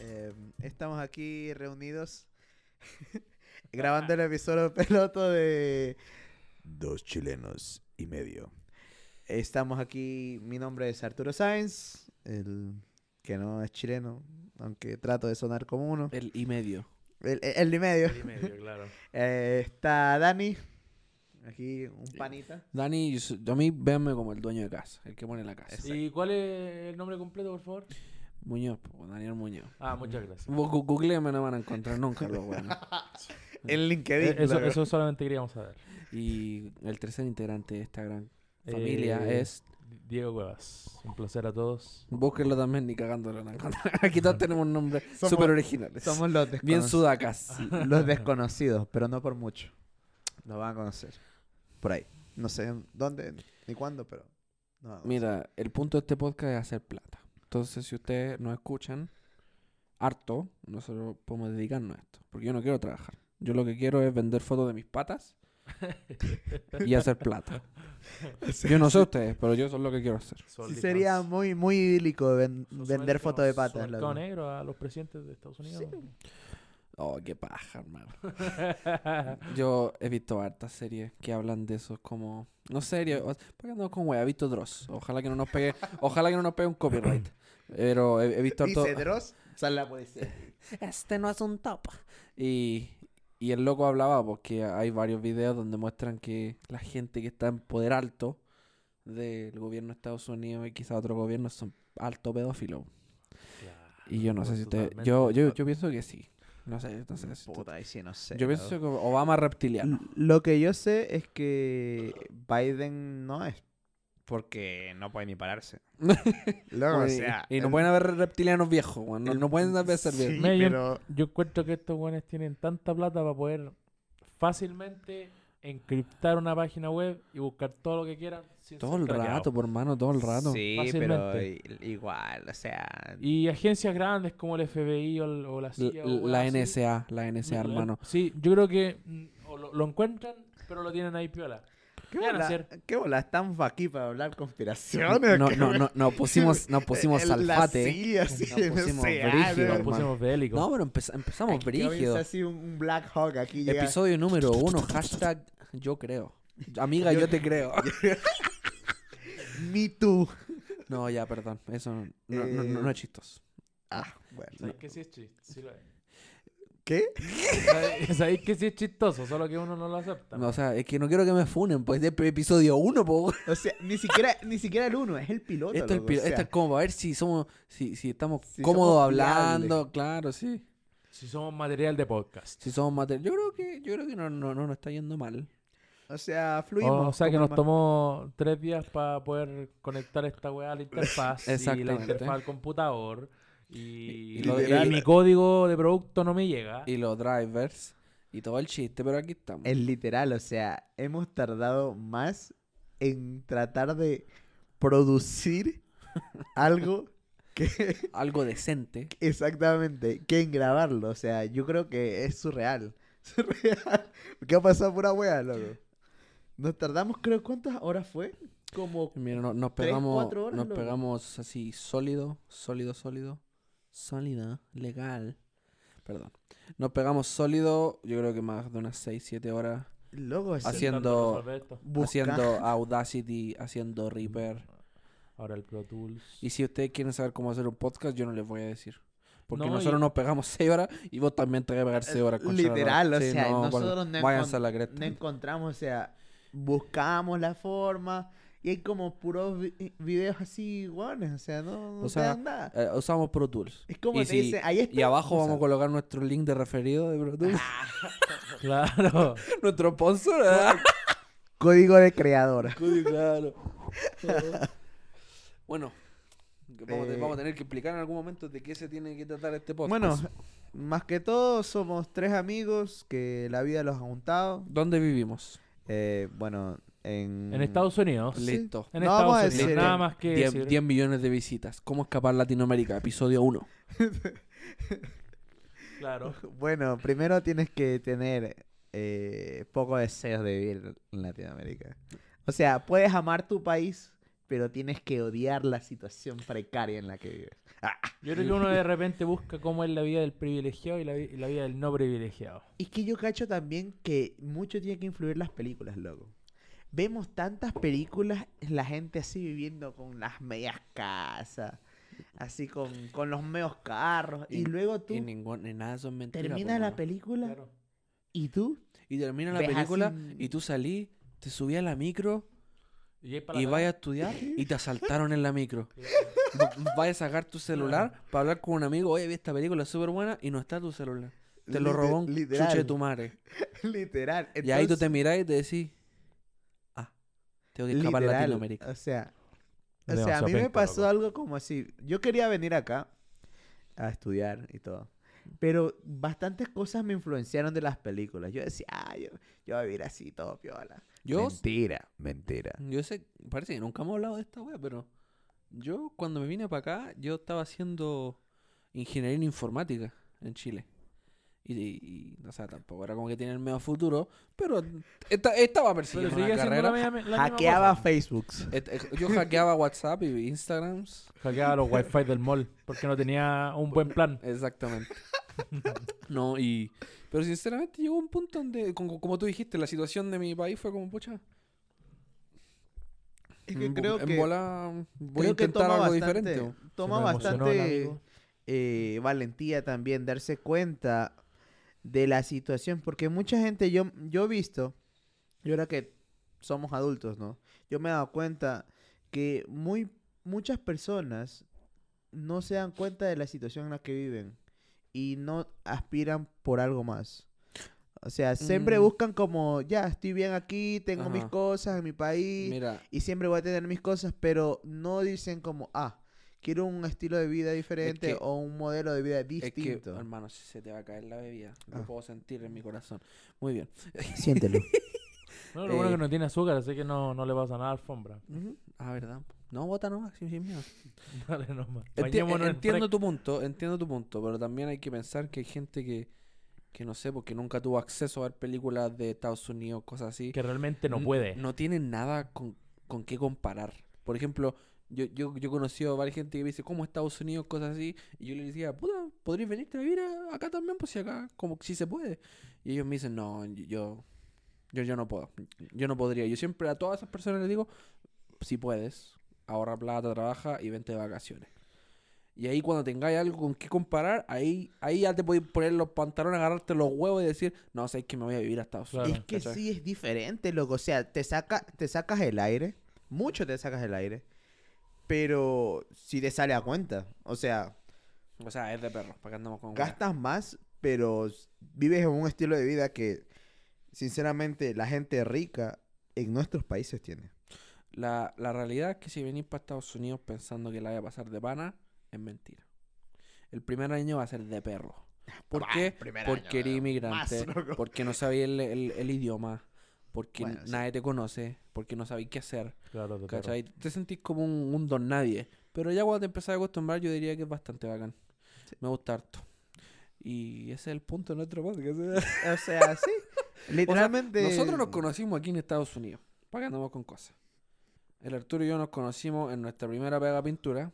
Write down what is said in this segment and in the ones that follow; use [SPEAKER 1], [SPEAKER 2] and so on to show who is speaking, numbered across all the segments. [SPEAKER 1] em, estamos aquí reunidos grabando el episodio peloto de Dos chilenos y medio. Estamos aquí, mi nombre es Arturo Sáenz, el que no es chileno, aunque trato de sonar como uno.
[SPEAKER 2] El y medio.
[SPEAKER 1] El, el- el y medio.
[SPEAKER 3] y medio, claro.
[SPEAKER 1] Eh, está Dani, aquí un panita.
[SPEAKER 2] Dani, yo soy- a mí véanme como el dueño de casa, el que pone la casa.
[SPEAKER 3] ¿Y cuál es el nombre completo, por favor?
[SPEAKER 2] Muñoz, po, Daniel Muñoz.
[SPEAKER 3] Ah, muchas gracias.
[SPEAKER 2] Vos gu- googleame, no van a encontrar nunca los buenos.
[SPEAKER 1] En
[SPEAKER 3] Eh,
[SPEAKER 1] LinkedIn.
[SPEAKER 3] Eso,
[SPEAKER 1] loco.
[SPEAKER 3] eso solamente queríamos saber.
[SPEAKER 2] Y el tercer integrante de esta gran familia
[SPEAKER 3] Eh,
[SPEAKER 2] es...
[SPEAKER 3] Diego Cuevas. Un placer a todos.
[SPEAKER 2] Búsquenlo también ni cagándolo van a encontrar. Aquí todos tenemos nombres
[SPEAKER 1] Somos-
[SPEAKER 2] súper originales.
[SPEAKER 1] Somos los
[SPEAKER 2] Bien
[SPEAKER 1] desconoc-
[SPEAKER 2] sudacas.
[SPEAKER 1] los desconocidos, pero no por mucho. Nos van a conocer. Por ahí. No sé en dónde ni cuándo, pero. nos van a conocer.
[SPEAKER 2] Mira, el punto de este podcast es hacer plata. Entonces, si ustedes nos escuchan harto, nosotros podemos dedicarnos a esto. Porque yo no quiero trabajar. Yo lo que quiero es vender fotos de mis patas y hacer plata. Yo no sé ustedes, pero yo eso es lo que quiero hacer.
[SPEAKER 1] Sí, sería muy, muy idílico ven- vender fotos de patas.
[SPEAKER 3] Mercado
[SPEAKER 1] loco.
[SPEAKER 3] negro a los presidentes de Estados Unidos.
[SPEAKER 2] Oh, qué paja, hermano. Yo he visto hartas series que hablan de eso como... No series, o- ¿por qué no con wea? He visto Dross. Ojalá que no nos pegue, ojalá que no nos pegue un copyright. Pero he, he visto harto...
[SPEAKER 1] Dice Dross, sale la policía.
[SPEAKER 2] Este no es un top. Y, y el loco hablaba porque hay varios videos donde muestran que la gente que está en poder alto del gobierno de Estados Unidos y quizá otro gobierno son alto pedófilos. Y yo no sé si usted... Yo, yo, yo pienso que sí. No sé, no sé. si usted-
[SPEAKER 1] Puta, ahí sí no sé.
[SPEAKER 2] yo pienso que Obama es reptiliano.
[SPEAKER 1] Lo que yo sé es que Biden no es. Porque no puede ni pararse. Loco, o
[SPEAKER 2] Y-
[SPEAKER 1] sea.
[SPEAKER 2] y, no
[SPEAKER 1] el-
[SPEAKER 2] pueden haber reptilianos viejos, weón. no,
[SPEAKER 1] el-
[SPEAKER 2] no pueden haber ser
[SPEAKER 1] Sí,
[SPEAKER 2] viejos.
[SPEAKER 3] Meyer.
[SPEAKER 1] pero
[SPEAKER 3] Yo encuentro que estos güeyes tienen tanta plata para poder fácilmente encriptar una página web y buscar todo lo que quieran. sin
[SPEAKER 2] Todo
[SPEAKER 3] ser
[SPEAKER 2] el
[SPEAKER 3] craqueado.
[SPEAKER 2] rato, por hermano, todo el rato.
[SPEAKER 1] Sí, pero i-
[SPEAKER 3] Fácilmente.
[SPEAKER 1] igual, o sea.
[SPEAKER 3] Y agencias grandes como el FBI o, el- o la
[SPEAKER 2] L-
[SPEAKER 3] CIA. o
[SPEAKER 2] la
[SPEAKER 3] weas así,
[SPEAKER 2] NSA, la NSA,
[SPEAKER 3] no-
[SPEAKER 2] hermano.
[SPEAKER 3] Sí, yo creo que mm, o lo, lo encuentran, pero lo tienen ahí piola.
[SPEAKER 1] ¿Qué
[SPEAKER 3] ¿Qué van a
[SPEAKER 1] bola,
[SPEAKER 3] hacer?
[SPEAKER 1] ¿Qué bola? Estamos aquí para hablar conspiraciones.
[SPEAKER 2] No,
[SPEAKER 1] ¿Qué
[SPEAKER 2] no,
[SPEAKER 1] bola?
[SPEAKER 2] no, no, pusimos, no pusimos
[SPEAKER 1] El- la
[SPEAKER 2] salfate.
[SPEAKER 1] silla, sí,
[SPEAKER 2] Nos pusimos
[SPEAKER 1] ah,
[SPEAKER 2] brígidos,
[SPEAKER 3] Nos
[SPEAKER 2] hermano.
[SPEAKER 3] pusimos bélicos.
[SPEAKER 2] No, pero empeza- empezamos brígido.
[SPEAKER 1] así un, un Black Hawk aquí. llega-
[SPEAKER 2] Episodio número uno, hashtag yo creo. Amiga, yo, te creo.
[SPEAKER 1] Me Too.
[SPEAKER 2] No, ya, perdón. Eso no, no, no-
[SPEAKER 1] Eh,
[SPEAKER 2] no es chistoso.
[SPEAKER 1] Ah, bueno.
[SPEAKER 3] ¿Sabéis que sí es chis- sí lo es.
[SPEAKER 1] ¿Qué?
[SPEAKER 3] ¿Sabéis- Sabéis que sí es chistoso, solo que uno no lo acepta.
[SPEAKER 2] No, o sea, es que no quiero que me funen, pues es de episodio uno, po.
[SPEAKER 1] O sea, ni siquiera, ni siquiera el uno, es el piloto.
[SPEAKER 2] Esto es,
[SPEAKER 1] loco,
[SPEAKER 2] pi-
[SPEAKER 1] o sea,
[SPEAKER 2] esto es como para ver si somos, si, si estamos
[SPEAKER 1] Si
[SPEAKER 2] cómodos
[SPEAKER 1] somos
[SPEAKER 2] hablando, claro, sí.
[SPEAKER 3] Si somos material de podcast.
[SPEAKER 2] Si somos material. Yo creo que, yo creo que no, no, no nos está yendo mal.
[SPEAKER 1] O sea, fluimos.
[SPEAKER 2] Oh,
[SPEAKER 3] O sea que
[SPEAKER 1] como
[SPEAKER 3] nos
[SPEAKER 1] ma-
[SPEAKER 3] tomó tres días para poder conectar esta weá a la interfaz y la
[SPEAKER 2] Exactamente.
[SPEAKER 3] interfaz al computador. Y,
[SPEAKER 2] Y
[SPEAKER 1] lo-
[SPEAKER 3] y mi código de producto no me llega.
[SPEAKER 2] Y los drivers y todo el chiste, pero aquí estamos.
[SPEAKER 1] Es literal, o sea, hemos tardado más en tratar de producir algo que
[SPEAKER 2] Algo decente.
[SPEAKER 1] Exactamente, que en grabarlo, o sea, yo creo que es surreal. Surreal. ¿Qué ha pasado pura wea, loco? Nos tardamos, creo, ¿cuántas horas fue? Como
[SPEAKER 2] Mira, no- nos
[SPEAKER 1] Tres,
[SPEAKER 2] pegamos,
[SPEAKER 1] cuatro horas,
[SPEAKER 2] nos
[SPEAKER 1] loco.
[SPEAKER 2] pegamos así sólido, sólido, sólido, sólida, legal. Perdón. Nos pegamos sólido, yo creo que más de unas 6, 7 horas
[SPEAKER 1] loco, así.
[SPEAKER 2] Así- haciendo-
[SPEAKER 3] Intentando resolver esto.
[SPEAKER 2] haciendo Audacity, haciendo Reaper.
[SPEAKER 3] Ahora el Pro Tools.
[SPEAKER 2] Y si ustedes quieren saber cómo hacer un podcast, yo no les voy a decir. Porque
[SPEAKER 3] No,
[SPEAKER 2] nosotros
[SPEAKER 3] y-
[SPEAKER 2] nos pegamos 6 horas y vos también te vas a pegar 6 horas. concha la
[SPEAKER 1] Literal,
[SPEAKER 2] lora.
[SPEAKER 1] o
[SPEAKER 2] Sí,
[SPEAKER 1] sea,
[SPEAKER 2] no,
[SPEAKER 1] nosotros
[SPEAKER 2] bueno,
[SPEAKER 1] no,
[SPEAKER 2] váyanse a
[SPEAKER 1] encon-
[SPEAKER 2] la cresta.
[SPEAKER 1] no encontramos, o sea, buscamos la forma y hay como puros vi- videos así iguales, o sea, no, no
[SPEAKER 2] O sea,
[SPEAKER 1] te dan nada.
[SPEAKER 2] Eh, usamos Pro Tools.
[SPEAKER 1] Es como
[SPEAKER 2] y
[SPEAKER 1] te
[SPEAKER 2] si-
[SPEAKER 1] dicen, ahí está.
[SPEAKER 2] Y abajo vamos a
[SPEAKER 1] úsalo.
[SPEAKER 2] colocar nuestro link de referido de Pro Tools.
[SPEAKER 3] Claro.
[SPEAKER 2] nuestro sponsor. ¿eh?
[SPEAKER 1] Código de creadora.
[SPEAKER 2] Código, claro. bueno, que vamos, a te-
[SPEAKER 1] Eh,
[SPEAKER 2] vamos a tener que explicar en algún momento de qué se tiene que tratar este podcast.
[SPEAKER 1] Bueno, más que todo somos tres amigos que la vida los ha juntado.
[SPEAKER 2] ¿dónde vivimos?
[SPEAKER 1] Eh, bueno, en...
[SPEAKER 2] Mm.
[SPEAKER 3] En Estados Unidos.
[SPEAKER 1] Sí.
[SPEAKER 2] Listo.
[SPEAKER 3] En
[SPEAKER 1] No
[SPEAKER 3] Estados
[SPEAKER 1] vamos a
[SPEAKER 3] Unidos.
[SPEAKER 1] decir-
[SPEAKER 3] Nada más que
[SPEAKER 2] 10,
[SPEAKER 3] decir.
[SPEAKER 2] millones de visitas. ¿Cómo escapar Latinoamérica? Episodio 1.
[SPEAKER 3] Claro.
[SPEAKER 1] Bueno, primero tienes que tener eh, poco deseos de vivir en Latinoamérica. O sea, puedes amar tu país, pero tienes que odiar la situación precaria en la que vives.
[SPEAKER 3] Yo creo que uno de repente busca cómo es la vida del privilegiado y la, vi- y la vida del no privilegiado.
[SPEAKER 1] Y que yo cacho también que mucho tiene que influir las películas, loco. Vemos tantas películas, la gente así viviendo con las medias casas, así con, con los medios carros, y,
[SPEAKER 2] Y-
[SPEAKER 1] luego tú
[SPEAKER 2] Y, pues, ningún, y nada de eso es mentira.
[SPEAKER 1] terminas
[SPEAKER 2] po,
[SPEAKER 1] la
[SPEAKER 2] weón.
[SPEAKER 1] película y tú
[SPEAKER 2] Y termina la
[SPEAKER 1] ves
[SPEAKER 2] película
[SPEAKER 1] así-
[SPEAKER 2] y tú salís, te subí a la micro
[SPEAKER 3] Y, ahí para
[SPEAKER 2] y
[SPEAKER 3] la
[SPEAKER 2] vas a estudiar y te asaltaron en la micro.
[SPEAKER 3] cagada.
[SPEAKER 2] Vas a sacar tu celular para hablar con un amigo, oye, vi esta película súper buena y no está tu celular. Te lo
[SPEAKER 1] Lite-
[SPEAKER 2] robó un
[SPEAKER 1] literal.
[SPEAKER 2] chuche de tu madre.
[SPEAKER 1] literal.
[SPEAKER 2] Y ahí tú te
[SPEAKER 1] entonces,
[SPEAKER 2] mirás y te decís, ah, tengo que escapar a
[SPEAKER 1] literal,
[SPEAKER 2] Latinoamérica.
[SPEAKER 1] O sea, o sea, a
[SPEAKER 3] Es demasiado
[SPEAKER 1] mí me
[SPEAKER 3] penca,
[SPEAKER 1] pasó
[SPEAKER 3] loco.
[SPEAKER 1] algo como así. Yo quería venir acá a estudiar y todo. Pero bastantes cosas me influenciaron de las películas. Yo decía, ah, yo, yo voy a vivir así, todo piola.
[SPEAKER 2] Yo,
[SPEAKER 1] Mentira, mentira.
[SPEAKER 2] yo sé, parece que nunca hemos hablado de esta wea, pero yo cuando me vine para acá, yo estaba haciendo ingeniería en informática en Chile. Y, y- y, o sea, tampoco era como que tenía el medio futuro, pero esta- estaba
[SPEAKER 3] Pero
[SPEAKER 2] persiguiendo
[SPEAKER 3] sigue
[SPEAKER 2] una
[SPEAKER 3] haciendo la,
[SPEAKER 2] carrera.
[SPEAKER 3] misma- la misma
[SPEAKER 1] Hackeaba
[SPEAKER 3] cosa.
[SPEAKER 1] Facebook.
[SPEAKER 2] Et- eh, Yo hackeaba WhatsApp y Instagrams.
[SPEAKER 3] Hackeaba los wifi del mall porque no tenía un buen plan.
[SPEAKER 2] Exactamente. no, y. Pero sinceramente llegó un punto donde, como, como tú dijiste, la situación de mi país fue como, pucha.
[SPEAKER 1] Es que
[SPEAKER 2] en bo-
[SPEAKER 1] creo
[SPEAKER 2] en
[SPEAKER 1] que-
[SPEAKER 2] bola voy a
[SPEAKER 1] Creo que
[SPEAKER 2] intentar
[SPEAKER 1] toma
[SPEAKER 2] algo
[SPEAKER 1] bastante,
[SPEAKER 2] diferente.
[SPEAKER 1] toma
[SPEAKER 3] Se me emocionó el
[SPEAKER 1] bastante
[SPEAKER 3] amigo.
[SPEAKER 1] eh, valentía también darse cuenta de la situación, porque mucha gente, yo, yo he visto, y ahora que somos adultos, ¿no? Yo me he dado cuenta que muy, muchas personas no se dan cuenta de la situación en la que viven y no aspiran por algo más. O sea, siempre
[SPEAKER 2] Mm.
[SPEAKER 1] buscan como, ya, estoy bien aquí, tengo mis
[SPEAKER 2] Ajá.
[SPEAKER 1] cosas en mi país,
[SPEAKER 2] Mira,
[SPEAKER 1] y siempre voy a tener mis cosas, pero no dicen como, ah, quiero un estilo de vida diferente
[SPEAKER 2] que-
[SPEAKER 1] o un modelo de vida
[SPEAKER 2] es que,
[SPEAKER 1] distinto.
[SPEAKER 2] hermano, si se te va a caer la bebida,
[SPEAKER 1] Ah.
[SPEAKER 2] lo puedo sentir en mi corazón. Muy bien.
[SPEAKER 1] Siéntelo.
[SPEAKER 3] Bueno, lo bueno
[SPEAKER 2] Eh,
[SPEAKER 3] es que no tiene azúcar, así que no, no le pasa nada a la alfombra.
[SPEAKER 2] Ah, verdad. No, bota nomás, sin, sin miedo.
[SPEAKER 3] Dale nomás.
[SPEAKER 2] Enti-
[SPEAKER 3] Bañémonos en
[SPEAKER 2] entiendo
[SPEAKER 3] fresco.
[SPEAKER 2] tu punto, entiendo tu punto, pero también hay que pensar que hay gente que, que no sé, porque nunca tuvo acceso a ver películas de Estados Unidos, cosas así.
[SPEAKER 3] que realmente no
[SPEAKER 2] n-
[SPEAKER 3] puede.
[SPEAKER 2] No tienen nada con, con qué comparar. Por ejemplo, yo, yo, yo he conocido a varias gente que me dice, ¿cómo Estados Unidos? Cosas así. Y yo les decía, puta, ¿podrías venirte a vivir a- acá también? Pues si acá, como si se puede. Y ellos me dicen, no, yo, yo, yo no puedo. Yo no podría. Yo siempre a todas esas personas les digo, si puedes, ahorra plata, trabaja y vente de vacaciones. Y ahí cuando tengáis algo con qué comparar, ahí, ahí ya te podéis poner los pantalones, agarrarte los huevos y decir, no, sé que me voy a vivir a Estados
[SPEAKER 3] Claro.
[SPEAKER 2] Unidos.
[SPEAKER 1] es que
[SPEAKER 2] ¿cachai?
[SPEAKER 1] sí es diferente, loco. O sea, te, saca, te sacas el aire, mucho te sacas el aire, pero si te sale a cuenta. O sea,
[SPEAKER 2] O sea, es de perros, para que andamos con weas.
[SPEAKER 1] gastas más, pero s- vives en un estilo de vida que, sinceramente, la gente rica en nuestros países tiene.
[SPEAKER 2] La, la realidad es que si venís para Estados Unidos pensando que la vaya a pasar de pana, es mentira. El primer año va a ser de perro. ¿Por
[SPEAKER 1] Bah,
[SPEAKER 2] qué?
[SPEAKER 1] Ah, primer año,
[SPEAKER 2] Porque eres
[SPEAKER 1] weón.
[SPEAKER 2] inmigrante,
[SPEAKER 1] Más, loco.
[SPEAKER 2] porque no sabías el, el- el idioma, porque
[SPEAKER 1] Bueno, sí.
[SPEAKER 2] nadie te conoce, porque no sabías qué hacer.
[SPEAKER 3] Claro, de perro.
[SPEAKER 2] ¿Cachai? Te sentís como un, un don nadie. Pero ya cuando te empezás a acostumbrar, yo diría que es bastante bacán. Me gusta harto. Y ese es el punto de nuestro podcast. ¿eh?
[SPEAKER 1] O sea, sí. Literalmente. mm.
[SPEAKER 2] Nosotros nos conocimos aquí en Estados Unidos. Para que andamos con cosas. El Arturo y yo nos conocimos en nuestra primera pega pintura.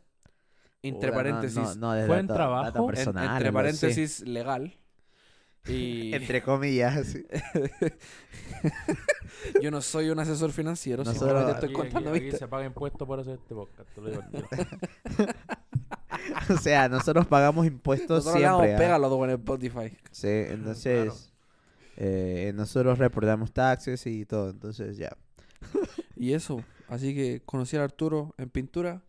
[SPEAKER 1] Puta,
[SPEAKER 2] Entre
[SPEAKER 1] no,
[SPEAKER 2] paréntesis.
[SPEAKER 1] no, no, desde
[SPEAKER 3] Fue en
[SPEAKER 1] dato- dato
[SPEAKER 3] trabajo, en-
[SPEAKER 2] en-
[SPEAKER 1] personal,
[SPEAKER 2] entre
[SPEAKER 1] lo sé.
[SPEAKER 2] paréntesis legal. Y
[SPEAKER 1] Entre comillas. sí.
[SPEAKER 2] yo no soy un asesor financiero.
[SPEAKER 1] Nosotros-
[SPEAKER 2] simplemente
[SPEAKER 1] Aquí-
[SPEAKER 2] estoy contando,
[SPEAKER 3] aquí
[SPEAKER 2] ¿viste?
[SPEAKER 3] se paga impuesto por hacer este podcast. Te lo digo al tiro.
[SPEAKER 1] o sea, nosotros pagamos impuestos
[SPEAKER 2] Nosotros hablamos
[SPEAKER 1] siempre. ¿ah?
[SPEAKER 2] pega con el Spotify.
[SPEAKER 1] Sí, entonces. eh, nosotros reportamos taxes y todo. Entonces, ya.
[SPEAKER 2] Y eso. Así que conocí al Arturo en pintura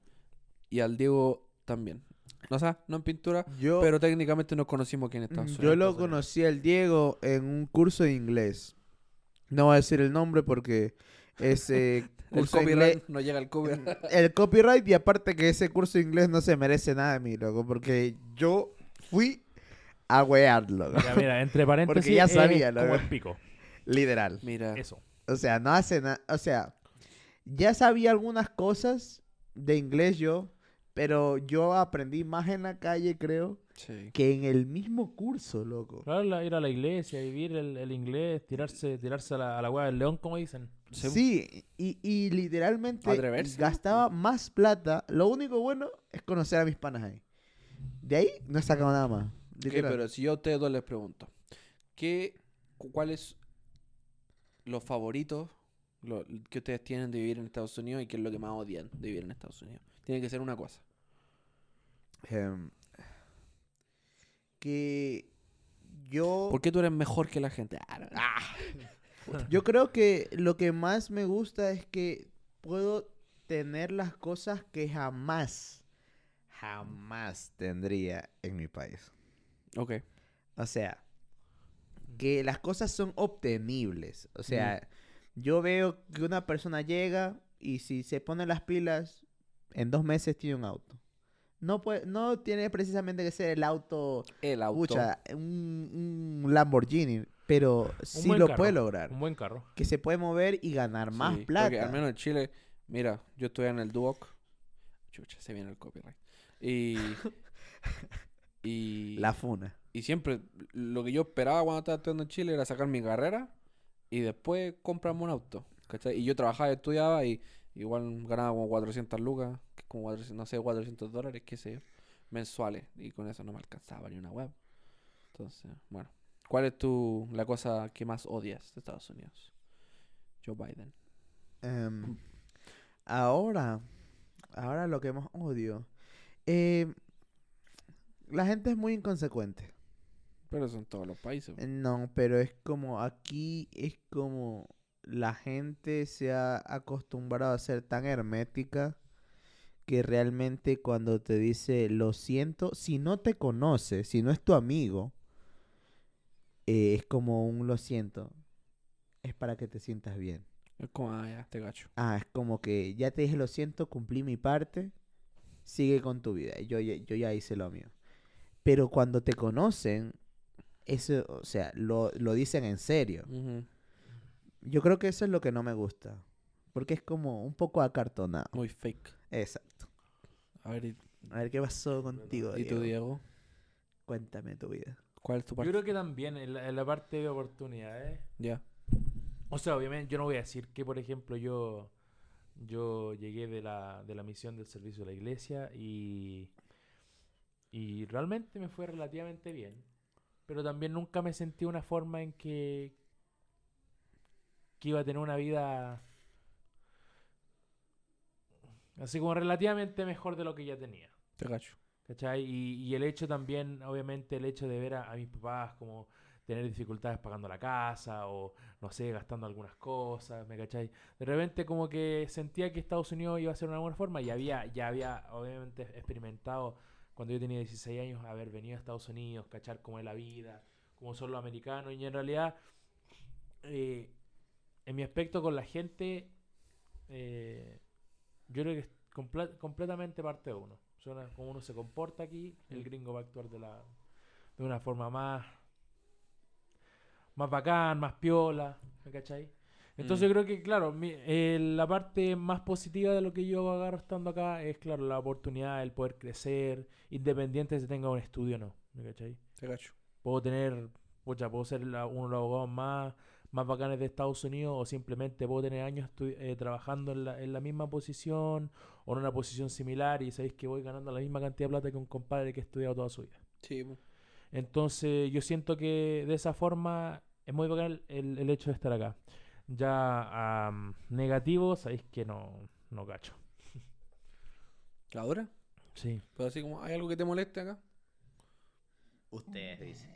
[SPEAKER 2] y al Diego también. O sea, no en pintura,
[SPEAKER 1] Yo,
[SPEAKER 2] pero técnicamente nos conocimos aquí en Estados Unidos.
[SPEAKER 1] mm, yo lo
[SPEAKER 2] Entonces,
[SPEAKER 1] conocí al Diego en un curso de inglés. No voy a decir el nombre porque ese
[SPEAKER 2] El
[SPEAKER 1] curso de inglés.
[SPEAKER 2] copyright no llega al copyright.
[SPEAKER 1] El copyright y aparte que ese curso de inglés no se merece nada de mí, loco, porque yo fui a wearlo,
[SPEAKER 3] Ya, mira, entre paréntesis.
[SPEAKER 1] Porque ya
[SPEAKER 3] es
[SPEAKER 1] sabía, la
[SPEAKER 3] como
[SPEAKER 1] verdad.
[SPEAKER 3] el pico.
[SPEAKER 1] literal.
[SPEAKER 2] Mira.
[SPEAKER 3] Eso.
[SPEAKER 1] O sea, no hace nada. O sea, ya sabía algunas cosas de inglés yo, pero yo aprendí más en la calle, creo,
[SPEAKER 2] Sí.
[SPEAKER 1] que en el mismo curso, loco.
[SPEAKER 3] Claro, la- ir a la iglesia, vivir el, el inglés, tirarse, tirarse a la, a la hueá del león, como dicen.
[SPEAKER 2] Sí.
[SPEAKER 1] Sí, y, y literalmente
[SPEAKER 2] Atreverse, ¿no?
[SPEAKER 1] gastaba más plata. Lo único bueno es conocer a mis panas ahí. De ahí no he sacado nada más.
[SPEAKER 2] Ok,
[SPEAKER 1] literal.
[SPEAKER 2] pero si yo a ustedes dos les pregunto, ¿qué, cu- ¿cuáles los favoritos lo- que ustedes tienen de vivir en Estados Unidos y qué es lo que más odian de vivir en Estados Unidos? Tiene que ser una cosa.
[SPEAKER 1] Em, que yo...
[SPEAKER 2] ¿Por qué tú eres mejor que la gente? Ah, no, ah.
[SPEAKER 1] Ah. Yo creo que lo que más me gusta es que puedo tener las cosas que jamás, jamás tendría en mi país.
[SPEAKER 2] Ok.
[SPEAKER 1] O sea, que las cosas son obtenibles. O sea, yo veo que una persona llega y si se pone las pilas, en dos meses tiene un auto. No, puede, no tiene precisamente que ser el auto,
[SPEAKER 2] El auto.
[SPEAKER 1] pucha, un, un Lamborghini, pero sí
[SPEAKER 3] buen
[SPEAKER 1] lo
[SPEAKER 3] carro.
[SPEAKER 1] puede lograr
[SPEAKER 3] Un buen carro.
[SPEAKER 1] que se puede mover y ganar más
[SPEAKER 2] Sí, Porque
[SPEAKER 1] plata.
[SPEAKER 2] al menos en Chile, mira, yo estoy en el Duoc. Chucha, se viene el copyright. Y. y
[SPEAKER 1] La funa.
[SPEAKER 2] Y siempre lo que yo esperaba cuando estaba estudiando en Chile era sacar mi carrera y después comprarme un auto. ¿Cachai? Y yo trabajaba, estudiaba y igual ganaba como 400 lucas, que es como 400, no sé, 400 dólares, qué sé yo, mensuales. Y con eso no me alcanzaba ni una web. Entonces, bueno. ¿Cuál es tu, la cosa que más odias de Estados Unidos? Joe Biden.
[SPEAKER 1] Em, ahora, ahora lo que más odio. eh, la gente es muy inconsecuente.
[SPEAKER 2] Pero son todos los países.
[SPEAKER 1] Eh, No, pero es como aquí es como la gente se ha acostumbrado a ser tan hermética que realmente cuando te dice lo siento, si no te conoce, si no es tu amigo, eh, es como un lo siento. Es para que te sientas bien.
[SPEAKER 2] Es como, ah, ya, te cacho.
[SPEAKER 1] Ah, es como que ya te dije lo siento, cumplí mi parte, sigue con tu vida. Yo, ya- yo ya hice lo mío. Pero cuando te conocen, eso, o sea, lo, lo dicen en serio.
[SPEAKER 2] Ujú,
[SPEAKER 1] Yo creo que eso es lo que no me gusta. Porque es como un poco acartonado.
[SPEAKER 2] Muy fake.
[SPEAKER 1] Exacto.
[SPEAKER 2] A ver, ¿y,
[SPEAKER 1] A ver qué pasó contigo,
[SPEAKER 2] y tú,
[SPEAKER 1] Diego?
[SPEAKER 2] Diego?
[SPEAKER 1] Cuéntame tu vida.
[SPEAKER 2] ¿Cuál es tu
[SPEAKER 3] Yo
[SPEAKER 2] parte?
[SPEAKER 3] creo que también en la, en la parte de oportunidades.
[SPEAKER 2] Ya.
[SPEAKER 3] O sea, obviamente yo no voy a decir que, por ejemplo, yo, yo llegué de la, de la misión del servicio de la iglesia y, y realmente me fue relativamente bien. Pero también nunca me sentí una forma en que, que iba a tener una vida así como relativamente mejor de lo que ya tenía.
[SPEAKER 2] Te cacho.
[SPEAKER 3] ¿Cachai? Y, y el hecho también, obviamente, el hecho de ver a, a mis papás como tener dificultades pagando la casa o, no sé, gastando algunas cosas, ¿me cachai? De repente como que sentía que Estados Unidos iba a ser una buena forma y había, ya había, obviamente, experimentado cuando yo tenía 16 años haber venido a Estados Unidos, cachar cómo es la vida, cómo son los americanos y en realidad, eh, en mi aspecto con la gente, eh, yo creo que es comple- completamente parte de uno. Suena como uno se comporta aquí, el gringo va a actuar de, la, de una forma más, más bacán, más piola, ¿me cachai? Entonces
[SPEAKER 2] Mm.
[SPEAKER 3] yo creo que, claro, mi- eh, la parte más positiva de lo que yo agarro estando acá es, claro, la oportunidad, el poder crecer, independiente si tenga un estudio o no, ¿me cachai?
[SPEAKER 2] Te cacho.
[SPEAKER 3] puedo tener, pucha, puedo ser la- uno de los abogados más, más bacanes de Estados Unidos o simplemente puedo tener años estu- eh, trabajando en la, en la misma posición o en una posición similar y sabéis que voy ganando la misma cantidad de plata que un compadre que ha estudiado toda su vida.
[SPEAKER 2] Sí, po.
[SPEAKER 3] Entonces yo siento que de esa forma es muy bacán el, el hecho de estar acá. Ya am, negativo, sabéis que no, no cacho.
[SPEAKER 2] ¿La dura?
[SPEAKER 3] Sí,
[SPEAKER 2] Pero pues así como, ¿hay algo que te moleste acá?
[SPEAKER 1] Ustedes dicen.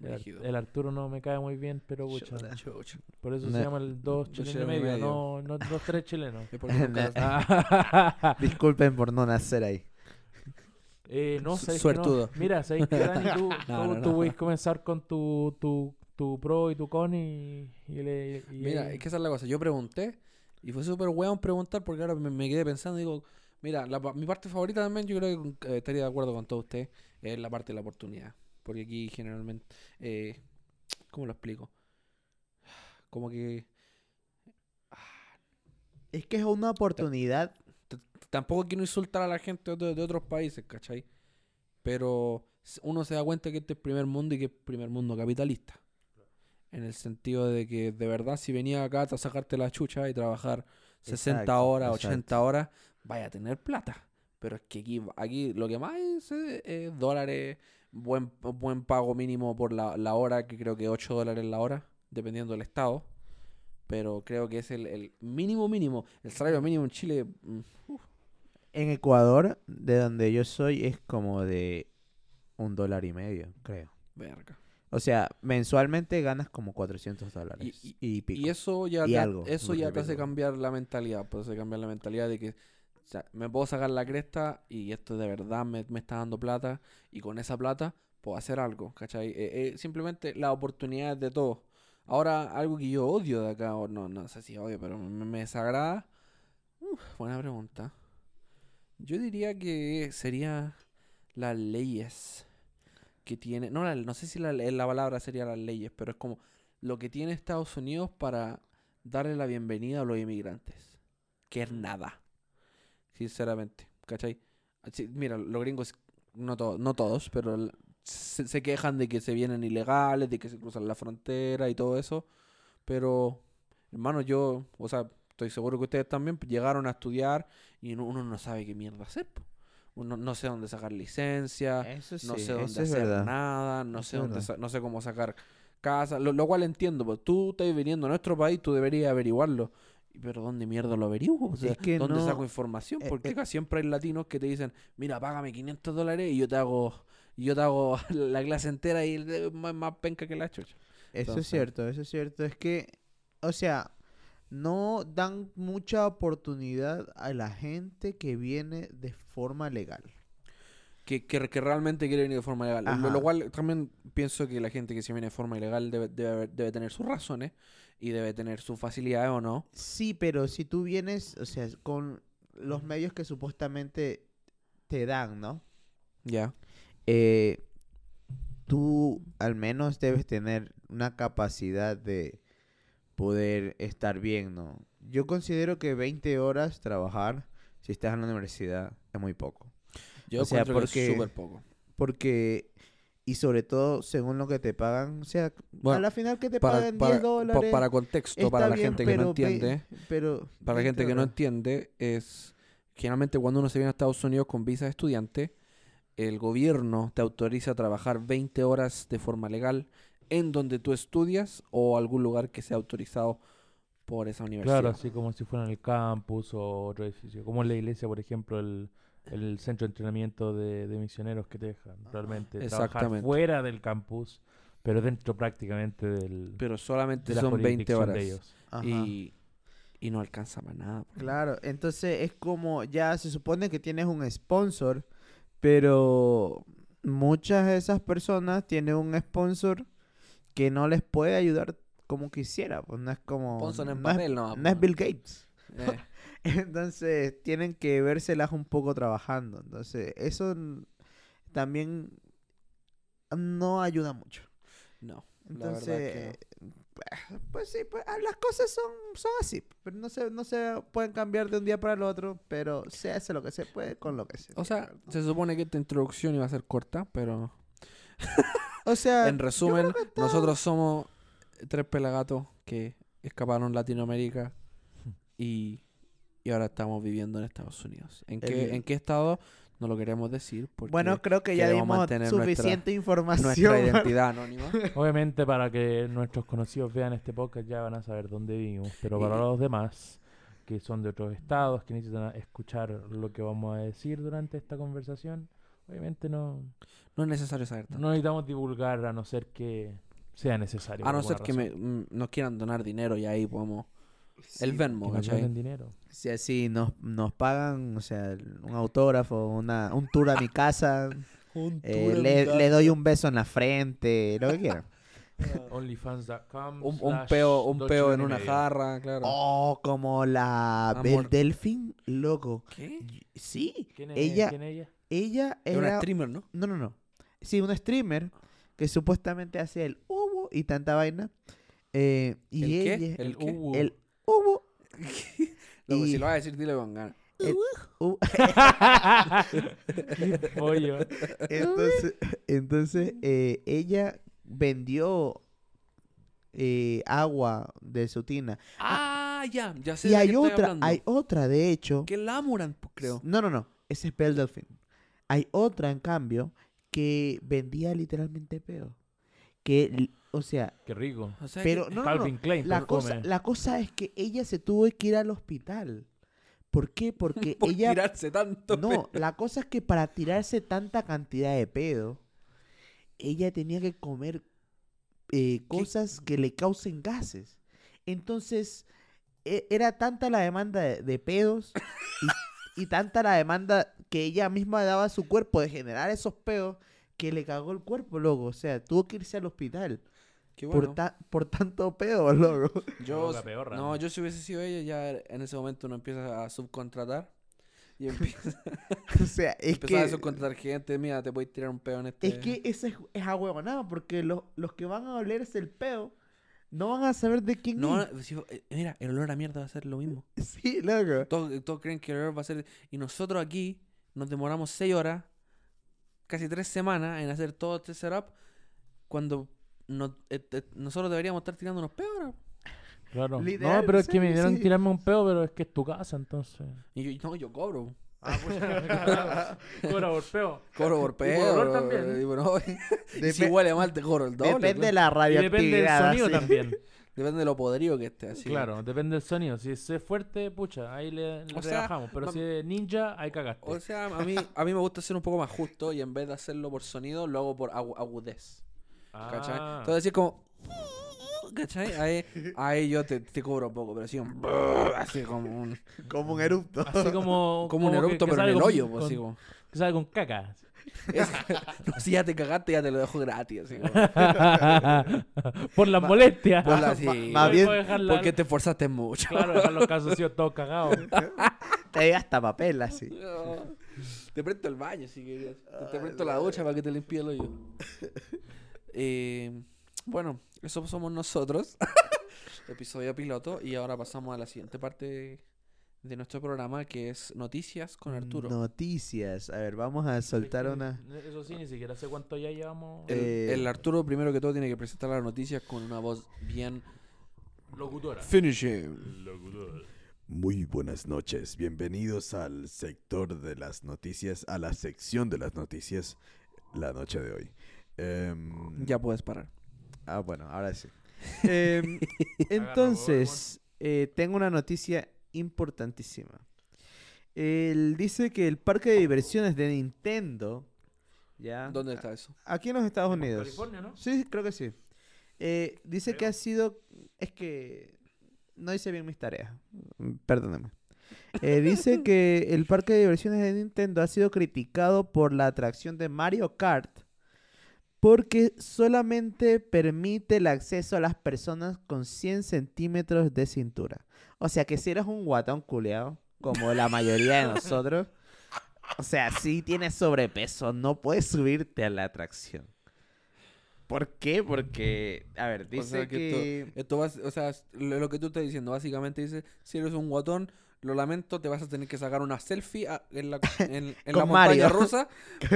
[SPEAKER 3] el, Ar-
[SPEAKER 2] Brígido. eh,
[SPEAKER 3] el Arturo no me cae muy bien, pero pucha.
[SPEAKER 1] Chuta.
[SPEAKER 2] Chucha.
[SPEAKER 3] Por eso
[SPEAKER 1] Ne-
[SPEAKER 3] se llama el dos
[SPEAKER 2] Dos
[SPEAKER 3] chileno y
[SPEAKER 2] chilenos y
[SPEAKER 3] medio,
[SPEAKER 2] medio.
[SPEAKER 3] no, no dos tres chilenos.
[SPEAKER 2] Es porque nunca las-
[SPEAKER 1] Disculpen por no nacer ahí.
[SPEAKER 3] Eh, no,
[SPEAKER 2] Su-
[SPEAKER 3] sabéis que no.
[SPEAKER 2] suertudo.
[SPEAKER 3] Mira, sabéis que Dani, tú,
[SPEAKER 2] No,
[SPEAKER 3] tú,
[SPEAKER 2] no,
[SPEAKER 3] tú
[SPEAKER 2] no.
[SPEAKER 3] puedes comenzar con tu, tu, tu pro y tu con y, y le- y-
[SPEAKER 2] Mira, es que esa es la cosa. Yo pregunté y fue súper weón preguntar porque ahora me, me quedé pensando. Digo, mira, la pa- mi parte favorita también, yo creo que eh, estaría de acuerdo con todos ustedes, es la parte de la oportunidad. Porque aquí generalmente, eh, ¿cómo lo explico? Como que
[SPEAKER 1] Es que es una oportunidad.
[SPEAKER 2] tampoco quiero insultar a la gente de, de otros países, ¿cachai? Pero s- uno se da cuenta que este es primer mundo y que es primer mundo capitalista. En el sentido de que de verdad si venía acá a sacarte la chucha y trabajar 60
[SPEAKER 1] Exacto,
[SPEAKER 2] horas,
[SPEAKER 1] exacto.
[SPEAKER 2] 80 horas, vaya a tener plata. Pero es que aquí, aquí lo que más es, eh, eh, dólares, buen, buen pago mínimo por la, la hora, que creo que 8 dólares la hora, dependiendo del estado. Pero creo que es el, el mínimo mínimo. El salario mínimo en Chile, mm,
[SPEAKER 1] En Ecuador, de donde yo soy, es como de un dólar y medio, creo.
[SPEAKER 2] verga.
[SPEAKER 1] O sea, mensualmente ganas como 400 dólares
[SPEAKER 2] y-
[SPEAKER 1] y, pico.
[SPEAKER 2] Y eso ya,
[SPEAKER 1] Y
[SPEAKER 2] te,
[SPEAKER 1] algo,
[SPEAKER 2] eso
[SPEAKER 1] un
[SPEAKER 2] ya te hace
[SPEAKER 1] recuerdo.
[SPEAKER 2] cambiar la mentalidad. Puede hacer cambiar la mentalidad de que o sea, me puedo sacar la cresta y esto de verdad me, me está dando plata y con esa plata puedo hacer algo, ¿cachai? Eh, eh, simplemente las oportunidades de todo. Ahora, algo que yo odio de acá, o no, no sé si odio, pero me, me desagrada. Uf, buena pregunta. Yo diría que sería las leyes que tiene, no, la- no sé si la, la palabra sería las leyes, pero es como lo que tiene Estados Unidos para darle la bienvenida a los inmigrantes, que es nada, sinceramente, ¿cachai? Así- mira, los gringos, no, to- no todos, pero el- se, se quejan de que se vienen ilegales, de que se cruzan la frontera y todo eso, pero, hermano, yo, o sea, estoy seguro que ustedes también pues, llegaron a estudiar y no- uno no sabe qué mierda hacer, po. uno no sé dónde sacar licencia,
[SPEAKER 1] Eso sí,
[SPEAKER 2] ah, no sé
[SPEAKER 1] eso
[SPEAKER 2] dónde
[SPEAKER 1] es
[SPEAKER 2] hacer
[SPEAKER 1] verdad.
[SPEAKER 2] nada, no
[SPEAKER 1] Eso
[SPEAKER 2] sé
[SPEAKER 1] es
[SPEAKER 2] dónde
[SPEAKER 1] verdad.
[SPEAKER 2] sa- no sé cómo sacar casa, lo, lo cual entiendo, pues tú estás viniendo a nuestro país, tú deberías averiguarlo. Y, Pero ¿dónde mierda lo averiguo? O sea,
[SPEAKER 1] Es que
[SPEAKER 2] ¿Dónde
[SPEAKER 1] no-
[SPEAKER 2] saco información?
[SPEAKER 1] eh,
[SPEAKER 2] Porque
[SPEAKER 1] eh.
[SPEAKER 2] acá siempre hay latinos que te dicen, mira, págame 500 dólares y yo te hago, y yo te hago la clase entera y el- más, más penca que la chucha.
[SPEAKER 1] Eso es
[SPEAKER 2] Entonces-
[SPEAKER 1] cierto, eso es cierto. Es que, o sea, no dan mucha oportunidad a la gente que viene de forma legal.
[SPEAKER 2] Que, que, que realmente quiere venir de forma legal. Lo- Lo,
[SPEAKER 1] Ajá.
[SPEAKER 2] cual también pienso que la gente que se viene de forma ilegal debe, debe, haber- debe tener sus razones y debe tener sus facilidades o no.
[SPEAKER 1] Sí, pero si tú vienes, o sea, con los medios que supuestamente te dan, ¿no?
[SPEAKER 2] Ya.
[SPEAKER 1] Eh, tú al menos debes tener una capacidad de poder estar bien, ¿no? Yo considero que 20 horas trabajar si estás en la universidad es muy poco.
[SPEAKER 2] Yo
[SPEAKER 1] O sea,
[SPEAKER 2] encuentro que es
[SPEAKER 1] porque-
[SPEAKER 2] súper poco.
[SPEAKER 1] Porque, y sobre todo según lo que te pagan, o sea,
[SPEAKER 2] Bueno,
[SPEAKER 1] a la final que te
[SPEAKER 2] para,
[SPEAKER 1] pagan
[SPEAKER 2] para-
[SPEAKER 1] 10
[SPEAKER 2] pa-
[SPEAKER 1] dólares.
[SPEAKER 2] para contexto,
[SPEAKER 1] está
[SPEAKER 2] para la
[SPEAKER 1] bien,
[SPEAKER 2] gente que
[SPEAKER 1] pero
[SPEAKER 2] no
[SPEAKER 1] ve-
[SPEAKER 2] entiende,
[SPEAKER 1] pero
[SPEAKER 2] para la
[SPEAKER 1] 20
[SPEAKER 2] gente que no
[SPEAKER 1] horas.
[SPEAKER 2] entiende, es generalmente cuando uno se viene a Estados Unidos con visa de estudiante, el gobierno te autoriza a trabajar 20 horas de forma legal en donde tú estudias o algún lugar que sea autorizado por esa universidad.
[SPEAKER 3] Claro, así como si fuera en el campus o otro edificio. Como en la iglesia, por ejemplo, el, el centro de entrenamiento de, de misioneros que te dejan realmente trabajar
[SPEAKER 2] Ah, Exactamente.
[SPEAKER 3] fuera del campus, pero dentro prácticamente del,
[SPEAKER 2] Pero solamente
[SPEAKER 3] de la
[SPEAKER 2] son 20
[SPEAKER 3] jurisdicción
[SPEAKER 2] horas.
[SPEAKER 3] de ellos.
[SPEAKER 1] Ajá.
[SPEAKER 2] Y, y no alcanza para nada. por-
[SPEAKER 1] Claro, entonces es como ya se supone que tienes un sponsor, pero muchas de esas personas tienen un sponsor que no les puede ayudar como quisiera, pues no es como
[SPEAKER 2] Sponsor en
[SPEAKER 1] no es-
[SPEAKER 2] papel nomás,
[SPEAKER 1] no es
[SPEAKER 2] pues.
[SPEAKER 1] Bill Gates.
[SPEAKER 2] Eh,
[SPEAKER 1] Entonces tienen que vérselas un poco trabajando. Entonces, eso n- también no ayuda mucho.
[SPEAKER 2] no. La verdad
[SPEAKER 1] Entonces,
[SPEAKER 2] que no.
[SPEAKER 1] eh, pues sí, pues, ah, las cosas son, son así. Pero no se, no se pueden cambiar de un día para el otro, pero se hace lo que se puede con lo que se
[SPEAKER 2] O sea,
[SPEAKER 1] tiene, ¿no?
[SPEAKER 2] se supone que esta introducción iba a ser corta, pero
[SPEAKER 1] o sea,
[SPEAKER 2] en resumen, nosotros somos tres pelagatos que escaparon Latinoamérica y, y ahora estamos viviendo en Estados Unidos. ¿En qué,
[SPEAKER 1] El-
[SPEAKER 2] en qué estado? No lo queremos decir porque
[SPEAKER 1] bueno, creo que ya
[SPEAKER 2] queremos
[SPEAKER 1] dimos
[SPEAKER 2] mantener nuestra-
[SPEAKER 1] suficiente información.
[SPEAKER 2] nuestra identidad anónima.
[SPEAKER 3] Obviamente para que nuestros conocidos vean este podcast ya van a saber dónde vivimos, pero para
[SPEAKER 2] Y-
[SPEAKER 3] los demás que son de otros estados, que necesitan a- escuchar lo que vamos a decir durante esta conversación, obviamente no,
[SPEAKER 2] No es necesario saber tanto.
[SPEAKER 3] no necesitamos divulgar a no ser que sea necesario.
[SPEAKER 2] a
[SPEAKER 3] por
[SPEAKER 2] no
[SPEAKER 3] alguna
[SPEAKER 2] ser que
[SPEAKER 3] razón.
[SPEAKER 2] me- mm, nos quieran donar dinero y ahí podemos... el
[SPEAKER 3] Que
[SPEAKER 2] Venmo,
[SPEAKER 3] nos
[SPEAKER 2] ¿cachai?
[SPEAKER 3] donen dinero.
[SPEAKER 1] Si así nos, nos pagan, o sea, un autógrafo, una, un tour a mi casa, eh, le, le doy un beso en la frente, lo que quieran.
[SPEAKER 3] Onlyfans.com.
[SPEAKER 2] Un, un
[SPEAKER 3] slash
[SPEAKER 2] peo, un
[SPEAKER 3] dos
[SPEAKER 2] peo
[SPEAKER 3] chilenos
[SPEAKER 2] en
[SPEAKER 3] y
[SPEAKER 2] una
[SPEAKER 3] medio.
[SPEAKER 2] jarra, claro.
[SPEAKER 1] Oh, como la
[SPEAKER 2] Amor.
[SPEAKER 1] Bel Delfín, loco.
[SPEAKER 2] ¿Qué?
[SPEAKER 1] Y- Sí,
[SPEAKER 3] ¿Quién es
[SPEAKER 1] ella,
[SPEAKER 3] ¿Quién es ella?
[SPEAKER 1] ella
[SPEAKER 2] Es una
[SPEAKER 1] era...
[SPEAKER 2] streamer, ¿no?
[SPEAKER 1] No, no, no. Sí, un streamer que supuestamente hace el hubo y tanta vaina. Eh, y
[SPEAKER 2] ¿El qué?
[SPEAKER 1] ella...
[SPEAKER 2] ¿El qué?
[SPEAKER 1] hubo. El hubo.
[SPEAKER 2] Loco,
[SPEAKER 1] Y-
[SPEAKER 2] si lo vas a decir, dile con ganas.
[SPEAKER 1] hubo.
[SPEAKER 3] Qué pollo.
[SPEAKER 1] entonces, entonces eh, ella vendió eh, agua de su tina.
[SPEAKER 2] Ah, ya, ya sé.
[SPEAKER 1] Y
[SPEAKER 2] de qué
[SPEAKER 1] hay
[SPEAKER 2] estoy
[SPEAKER 1] otra,
[SPEAKER 2] hablando.
[SPEAKER 1] hay otra de hecho.
[SPEAKER 2] Que es la Amuran, pues, creo.
[SPEAKER 1] No, no, no. Ese es Belle Delphine. Hay otra, en cambio, que vendía literalmente peo. Que, li- o sea,
[SPEAKER 3] Qué rico.
[SPEAKER 2] O sea que-
[SPEAKER 1] pero no, no, no.
[SPEAKER 3] Calvin Klein,
[SPEAKER 1] La
[SPEAKER 3] pero
[SPEAKER 1] cosa,
[SPEAKER 3] come.
[SPEAKER 1] la cosa es que ella se tuvo que ir al hospital. ¿Por qué? Porque
[SPEAKER 2] por
[SPEAKER 1] ella...
[SPEAKER 2] tirarse tanto.
[SPEAKER 1] No, la cosa es que para tirarse tanta cantidad de pedo, ella tenía que comer eh, cosas que le causen gases. Entonces, e- era tanta la demanda de, de pedos y, y tanta la demanda que ella misma daba a su cuerpo de generar esos pedos que le cagó el cuerpo, loco. O sea, tuvo que irse al hospital
[SPEAKER 2] Qué
[SPEAKER 1] por,
[SPEAKER 2] bueno.
[SPEAKER 1] ta- por tanto pedo, loco.
[SPEAKER 2] Yo,
[SPEAKER 3] Loca peorra.
[SPEAKER 2] no, yo si hubiese sido ella, ya er- en ese momento uno empieza a subcontratar. Y empieza,
[SPEAKER 1] O sea, es
[SPEAKER 2] empezaba a
[SPEAKER 1] que...
[SPEAKER 2] subcontratar gente. Mira, te voy a tirar un pedo en este.
[SPEAKER 1] Es que ese es, es ahuegonado, porque los, los que van a olerse el peo no van a saber de quién
[SPEAKER 2] No,
[SPEAKER 1] es.
[SPEAKER 2] no, si- eh, mira, el olor a mierda va a ser lo mismo.
[SPEAKER 1] Sí, loco.
[SPEAKER 2] Todos, eh, todos creen que el olor va a ser. Y nosotros aquí nos demoramos 6 horas, casi 3 semanas, en hacer todo este setup. Cuando nos- eh, eh, nosotros deberíamos estar tirando unos pedos ahora.
[SPEAKER 3] Claro.
[SPEAKER 1] Literal,
[SPEAKER 3] no, pero es
[SPEAKER 1] sí,
[SPEAKER 3] que me vinieron
[SPEAKER 1] sí.
[SPEAKER 3] a tirarme un pedo, pero es que es tu casa, entonces.
[SPEAKER 2] Y yo, no, yo cobro.
[SPEAKER 3] Ah, pues, Cobra por peo.
[SPEAKER 2] Cobro por
[SPEAKER 3] Y
[SPEAKER 2] pedo.
[SPEAKER 3] por olor
[SPEAKER 2] bro,
[SPEAKER 3] también.
[SPEAKER 2] y bueno, y si
[SPEAKER 1] Depe-
[SPEAKER 2] huele mal, te cobro el doble. pues.
[SPEAKER 1] depende de
[SPEAKER 2] claro.
[SPEAKER 1] la
[SPEAKER 3] Y depende del
[SPEAKER 1] radioactividad.
[SPEAKER 3] sonido
[SPEAKER 1] sí.
[SPEAKER 3] también.
[SPEAKER 2] Depende de lo podrido que esté. Así que-
[SPEAKER 3] Claro, depende del sonido. Si es eh, fuerte, pucha, ahí le, le
[SPEAKER 2] O sea,
[SPEAKER 3] rebajamos. pero
[SPEAKER 2] mam-
[SPEAKER 3] si es ninja, ahí cagaste.
[SPEAKER 2] O sea, a mí, a mí me gusta ser un poco más justo y en vez de hacerlo por sonido, lo hago por agu- agudez. ¿Cachai?
[SPEAKER 3] Ah.
[SPEAKER 2] Entonces, así es como. ¿Cachai? Ahí, ahí yo te, te cobro un poco, pero así un. Así como un.
[SPEAKER 1] Como un eructo.
[SPEAKER 3] Así como.
[SPEAKER 2] Como un
[SPEAKER 3] que-
[SPEAKER 2] erupto,
[SPEAKER 3] que
[SPEAKER 2] pero en
[SPEAKER 3] sale
[SPEAKER 2] el
[SPEAKER 3] con-
[SPEAKER 2] hoyo, pues, así
[SPEAKER 3] con-
[SPEAKER 2] como.
[SPEAKER 3] Que sale con caca.
[SPEAKER 2] Es- no, si ya te cagaste, ya te lo dejo gratis. Así como.
[SPEAKER 3] por las molestias.
[SPEAKER 2] Por la-
[SPEAKER 1] Ah,
[SPEAKER 2] sí,
[SPEAKER 1] ma-
[SPEAKER 2] güey.
[SPEAKER 1] más bien-
[SPEAKER 3] Puedes dejar la-
[SPEAKER 2] Porque te esforzaste mucho.
[SPEAKER 3] Claro, dejar los calzoncillos todos cagados.
[SPEAKER 1] Te dio hasta papel así.
[SPEAKER 2] Te presto el baño si querías. Te- Te presto la ducha para que te limpie el hoyo. Eh, bueno, eso somos nosotros. Episodio piloto. Y ahora pasamos a la siguiente parte de nuestro programa que es Noticias con Arturo.
[SPEAKER 1] Noticias. A ver, vamos a soltar una.
[SPEAKER 3] Eso sí, ni siquiera sé cuánto ya llevamos.
[SPEAKER 2] El,
[SPEAKER 1] Eh.
[SPEAKER 2] el Arturo, primero que todo, tiene que presentar las noticias con una voz bien.
[SPEAKER 3] Locutora.
[SPEAKER 2] Finishing.
[SPEAKER 3] Locutora.
[SPEAKER 4] Muy buenas noches, bienvenidos al sector de las noticias, a la sección de las noticias la noche de hoy. Em,
[SPEAKER 2] Ya puedes parar.
[SPEAKER 1] Ah, bueno, ahora sí. Em, entonces, eh, tengo una noticia importantísima. Él dice que el parque de diversiones de Nintendo. ¿ya?
[SPEAKER 2] ¿Dónde está eso?
[SPEAKER 1] Aquí en los Estados
[SPEAKER 3] En
[SPEAKER 1] Unidos.
[SPEAKER 3] California, ¿no?
[SPEAKER 1] Sí, creo que sí. Eh, dice que
[SPEAKER 3] Creo.
[SPEAKER 1] ha sido... Es que no hice bien mis tareas. Mm, Perdóname. Eh, dice que el parque de diversiones de Nintendo ha sido criticado por la atracción de Mario Kart porque solamente permite el acceso a las personas con 100 centímetros de cintura. O sea que si eres un guatón culeado, como la mayoría de nosotros, o sea, si tienes sobrepeso, no puedes subirte a la atracción. ¿Por qué? Porque, a ver, dice
[SPEAKER 2] sea, que esto-
[SPEAKER 1] que...
[SPEAKER 2] Esto va, a- o sea, es lo lo que tú estás diciendo, básicamente dice, si eres un guatón, lo lamento, te vas a tener que sacar una selfie a- en la, en, en la
[SPEAKER 1] Con
[SPEAKER 2] montaña
[SPEAKER 1] Mario.
[SPEAKER 2] rusa,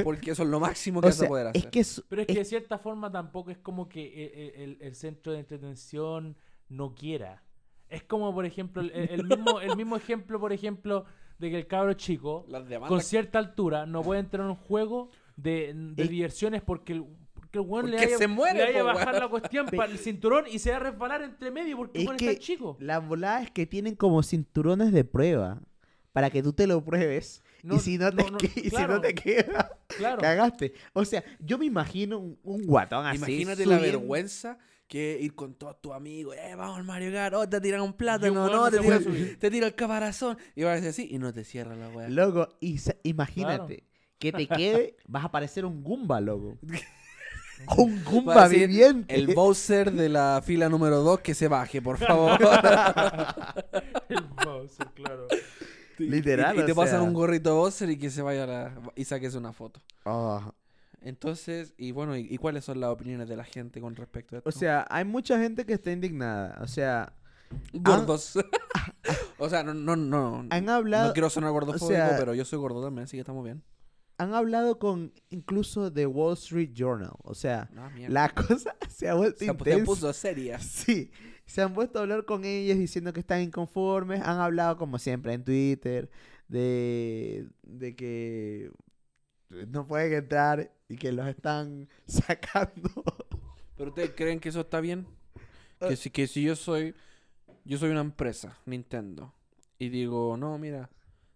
[SPEAKER 2] porque eso es lo máximo que
[SPEAKER 1] O
[SPEAKER 2] vas
[SPEAKER 1] sea,
[SPEAKER 2] a poder hacer.
[SPEAKER 1] es que es-
[SPEAKER 3] Pero es que
[SPEAKER 1] es-
[SPEAKER 3] de cierta forma tampoco es como que e- e- el, el centro de entretención no quiera. Es como, por ejemplo, el, el- el mismo, el mismo ejemplo, por ejemplo, de que el cabro chico,
[SPEAKER 2] Las demandas
[SPEAKER 3] con cierta altura, no puede entrar en un juego de, de
[SPEAKER 1] Y-
[SPEAKER 3] diversiones porque el, porque el weón
[SPEAKER 2] Porque se
[SPEAKER 3] le vaya,
[SPEAKER 2] muere,
[SPEAKER 3] le vaya
[SPEAKER 2] po,
[SPEAKER 3] a bajar
[SPEAKER 2] weón.
[SPEAKER 3] la cuestión
[SPEAKER 1] Pe-
[SPEAKER 3] para el cinturón y se va a resbalar entre medio porque el
[SPEAKER 1] Es
[SPEAKER 3] weón
[SPEAKER 1] que-
[SPEAKER 3] está chico.
[SPEAKER 1] la volada es que tienen como cinturones de prueba para que tú te lo pruebes.
[SPEAKER 3] No,
[SPEAKER 1] y si no te,
[SPEAKER 3] no, no,
[SPEAKER 1] que- y si no
[SPEAKER 3] claro.
[SPEAKER 1] te queda,
[SPEAKER 3] Claro.
[SPEAKER 1] cagaste. O sea, yo me imagino un, un guatón así.
[SPEAKER 2] Imagínate la
[SPEAKER 1] subiendo-
[SPEAKER 2] vergüenza que ir con todos tus amigos, eh, vamos al Mario Kart, oh, te tiran un plátano,
[SPEAKER 3] weón
[SPEAKER 2] no,
[SPEAKER 3] no
[SPEAKER 2] te
[SPEAKER 3] se puede
[SPEAKER 2] tiran,
[SPEAKER 3] subir.
[SPEAKER 2] te tiran el caparazón, y vas a decir así, y no te cierra la weá.
[SPEAKER 1] Loco, y sa- imagínate que te quede, vas a parecer un Goomba, loco. un
[SPEAKER 2] Va a
[SPEAKER 1] Goomba
[SPEAKER 2] decir,
[SPEAKER 1] viviente.
[SPEAKER 2] El Bowser de la fila número 2 que se baje, por favor.
[SPEAKER 3] El Bowser, claro.
[SPEAKER 1] Literal,
[SPEAKER 2] Y, y
[SPEAKER 1] o
[SPEAKER 2] te pasan
[SPEAKER 1] sea.
[SPEAKER 2] un gorrito Bowser y que se vaya a la, y saques una foto.
[SPEAKER 1] Ah,
[SPEAKER 2] Entonces, y bueno, ¿y, y cuáles son las opiniones de la gente con respecto a esto?
[SPEAKER 1] o sea, hay mucha gente que está indignada. O sea,
[SPEAKER 2] gordos.
[SPEAKER 1] ah,
[SPEAKER 2] o sea, no, no, no.
[SPEAKER 1] han
[SPEAKER 2] no
[SPEAKER 1] hablado,
[SPEAKER 2] Mm, quiero sonar gordofóbico,
[SPEAKER 1] sea-
[SPEAKER 2] pero yo soy gordo también, así que estamos bien.
[SPEAKER 1] han hablado con incluso The Wall Street Journal. O sea,
[SPEAKER 2] Ah, mierda.
[SPEAKER 1] la cosa se ha vuelto
[SPEAKER 2] se, pu- se
[SPEAKER 1] intensa.
[SPEAKER 2] puso seria.
[SPEAKER 1] Sí, se han puesto a hablar con ellos diciendo que están inconformes, han hablado como siempre en Twitter de, de que no pueden entrar y que los están sacando.
[SPEAKER 2] ¿Pero ustedes creen que eso está bien?
[SPEAKER 1] Ah.
[SPEAKER 2] Que si, que si yo soy yo soy una empresa, Nintendo, y digo, no, mira,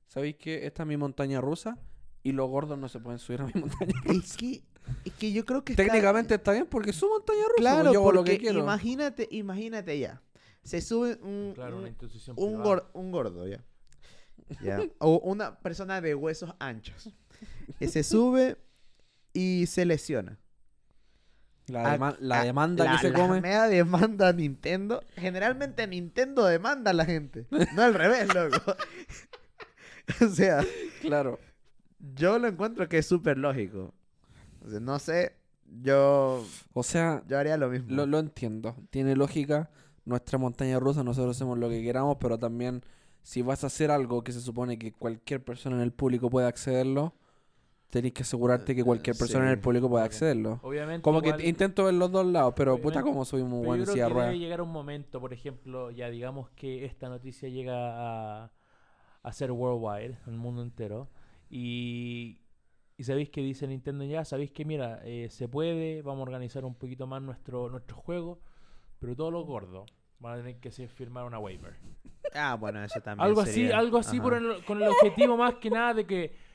[SPEAKER 2] ¿sabéis que esta es mi montaña rusa? Y los gordos no se pueden subir a mi montaña rusa.
[SPEAKER 1] es, que, es que yo creo que está-
[SPEAKER 2] Técnicamente está bien porque es su montaña rusa. pues,
[SPEAKER 1] claro,
[SPEAKER 2] yo hago
[SPEAKER 1] porque
[SPEAKER 2] lo que quiero.
[SPEAKER 1] imagínate, imagínate ya, se sube un,
[SPEAKER 3] Claro,
[SPEAKER 1] un-
[SPEAKER 3] una institución
[SPEAKER 1] un,
[SPEAKER 3] privada.
[SPEAKER 1] gor- un gordo ya. Ya. o una persona de huesos anchos. Eh, Se sube y se lesiona.
[SPEAKER 2] La,
[SPEAKER 1] Ah,
[SPEAKER 2] dema- la
[SPEAKER 1] ah,
[SPEAKER 2] demanda
[SPEAKER 1] la-
[SPEAKER 2] que se
[SPEAKER 1] la
[SPEAKER 2] come.
[SPEAKER 1] media demanda a Nintendo. Generalmente Nintendo demanda a la gente. No al revés, loco. o sea,
[SPEAKER 2] Claro.
[SPEAKER 1] yo lo encuentro que es súper lógico. O sea, no sé, yo,
[SPEAKER 2] O sea,
[SPEAKER 1] yo haría lo mismo.
[SPEAKER 2] lo, lo entiendo. Tiene lógica. Nuestra montaña rusa, nosotros hacemos lo que queramos, pero también si vas a hacer algo que se supone que cualquier persona en el público puede accederlo, tenés que asegurarte que cualquier persona en el
[SPEAKER 1] Eh, sí,
[SPEAKER 2] público pueda
[SPEAKER 3] claro.
[SPEAKER 2] accederlo.
[SPEAKER 3] Obviamente.
[SPEAKER 2] Como
[SPEAKER 3] igual-
[SPEAKER 2] que intento ver los dos lados, pero puta,
[SPEAKER 3] Obviamente.
[SPEAKER 2] como soy muy
[SPEAKER 3] Pero
[SPEAKER 2] bueno
[SPEAKER 3] yo
[SPEAKER 2] en
[SPEAKER 3] creo
[SPEAKER 2] silla de
[SPEAKER 3] que debe
[SPEAKER 2] ruedas.
[SPEAKER 3] llegar un momento, por ejemplo, ya digamos que esta noticia llega a, a ser worldwide, al mundo entero, y, y sabéis que dice Nintendo ya, sabéis que mira, eh, se puede, vamos a organizar un poquito más nuestro, nuestro juego, pero todos los gordos van a tener que hacer- firmar una waiver.
[SPEAKER 1] Ah, bueno, eso también
[SPEAKER 3] Algo así,
[SPEAKER 1] sería-
[SPEAKER 3] algo así
[SPEAKER 1] ajá.
[SPEAKER 3] por el- con el objetivo más que nada de que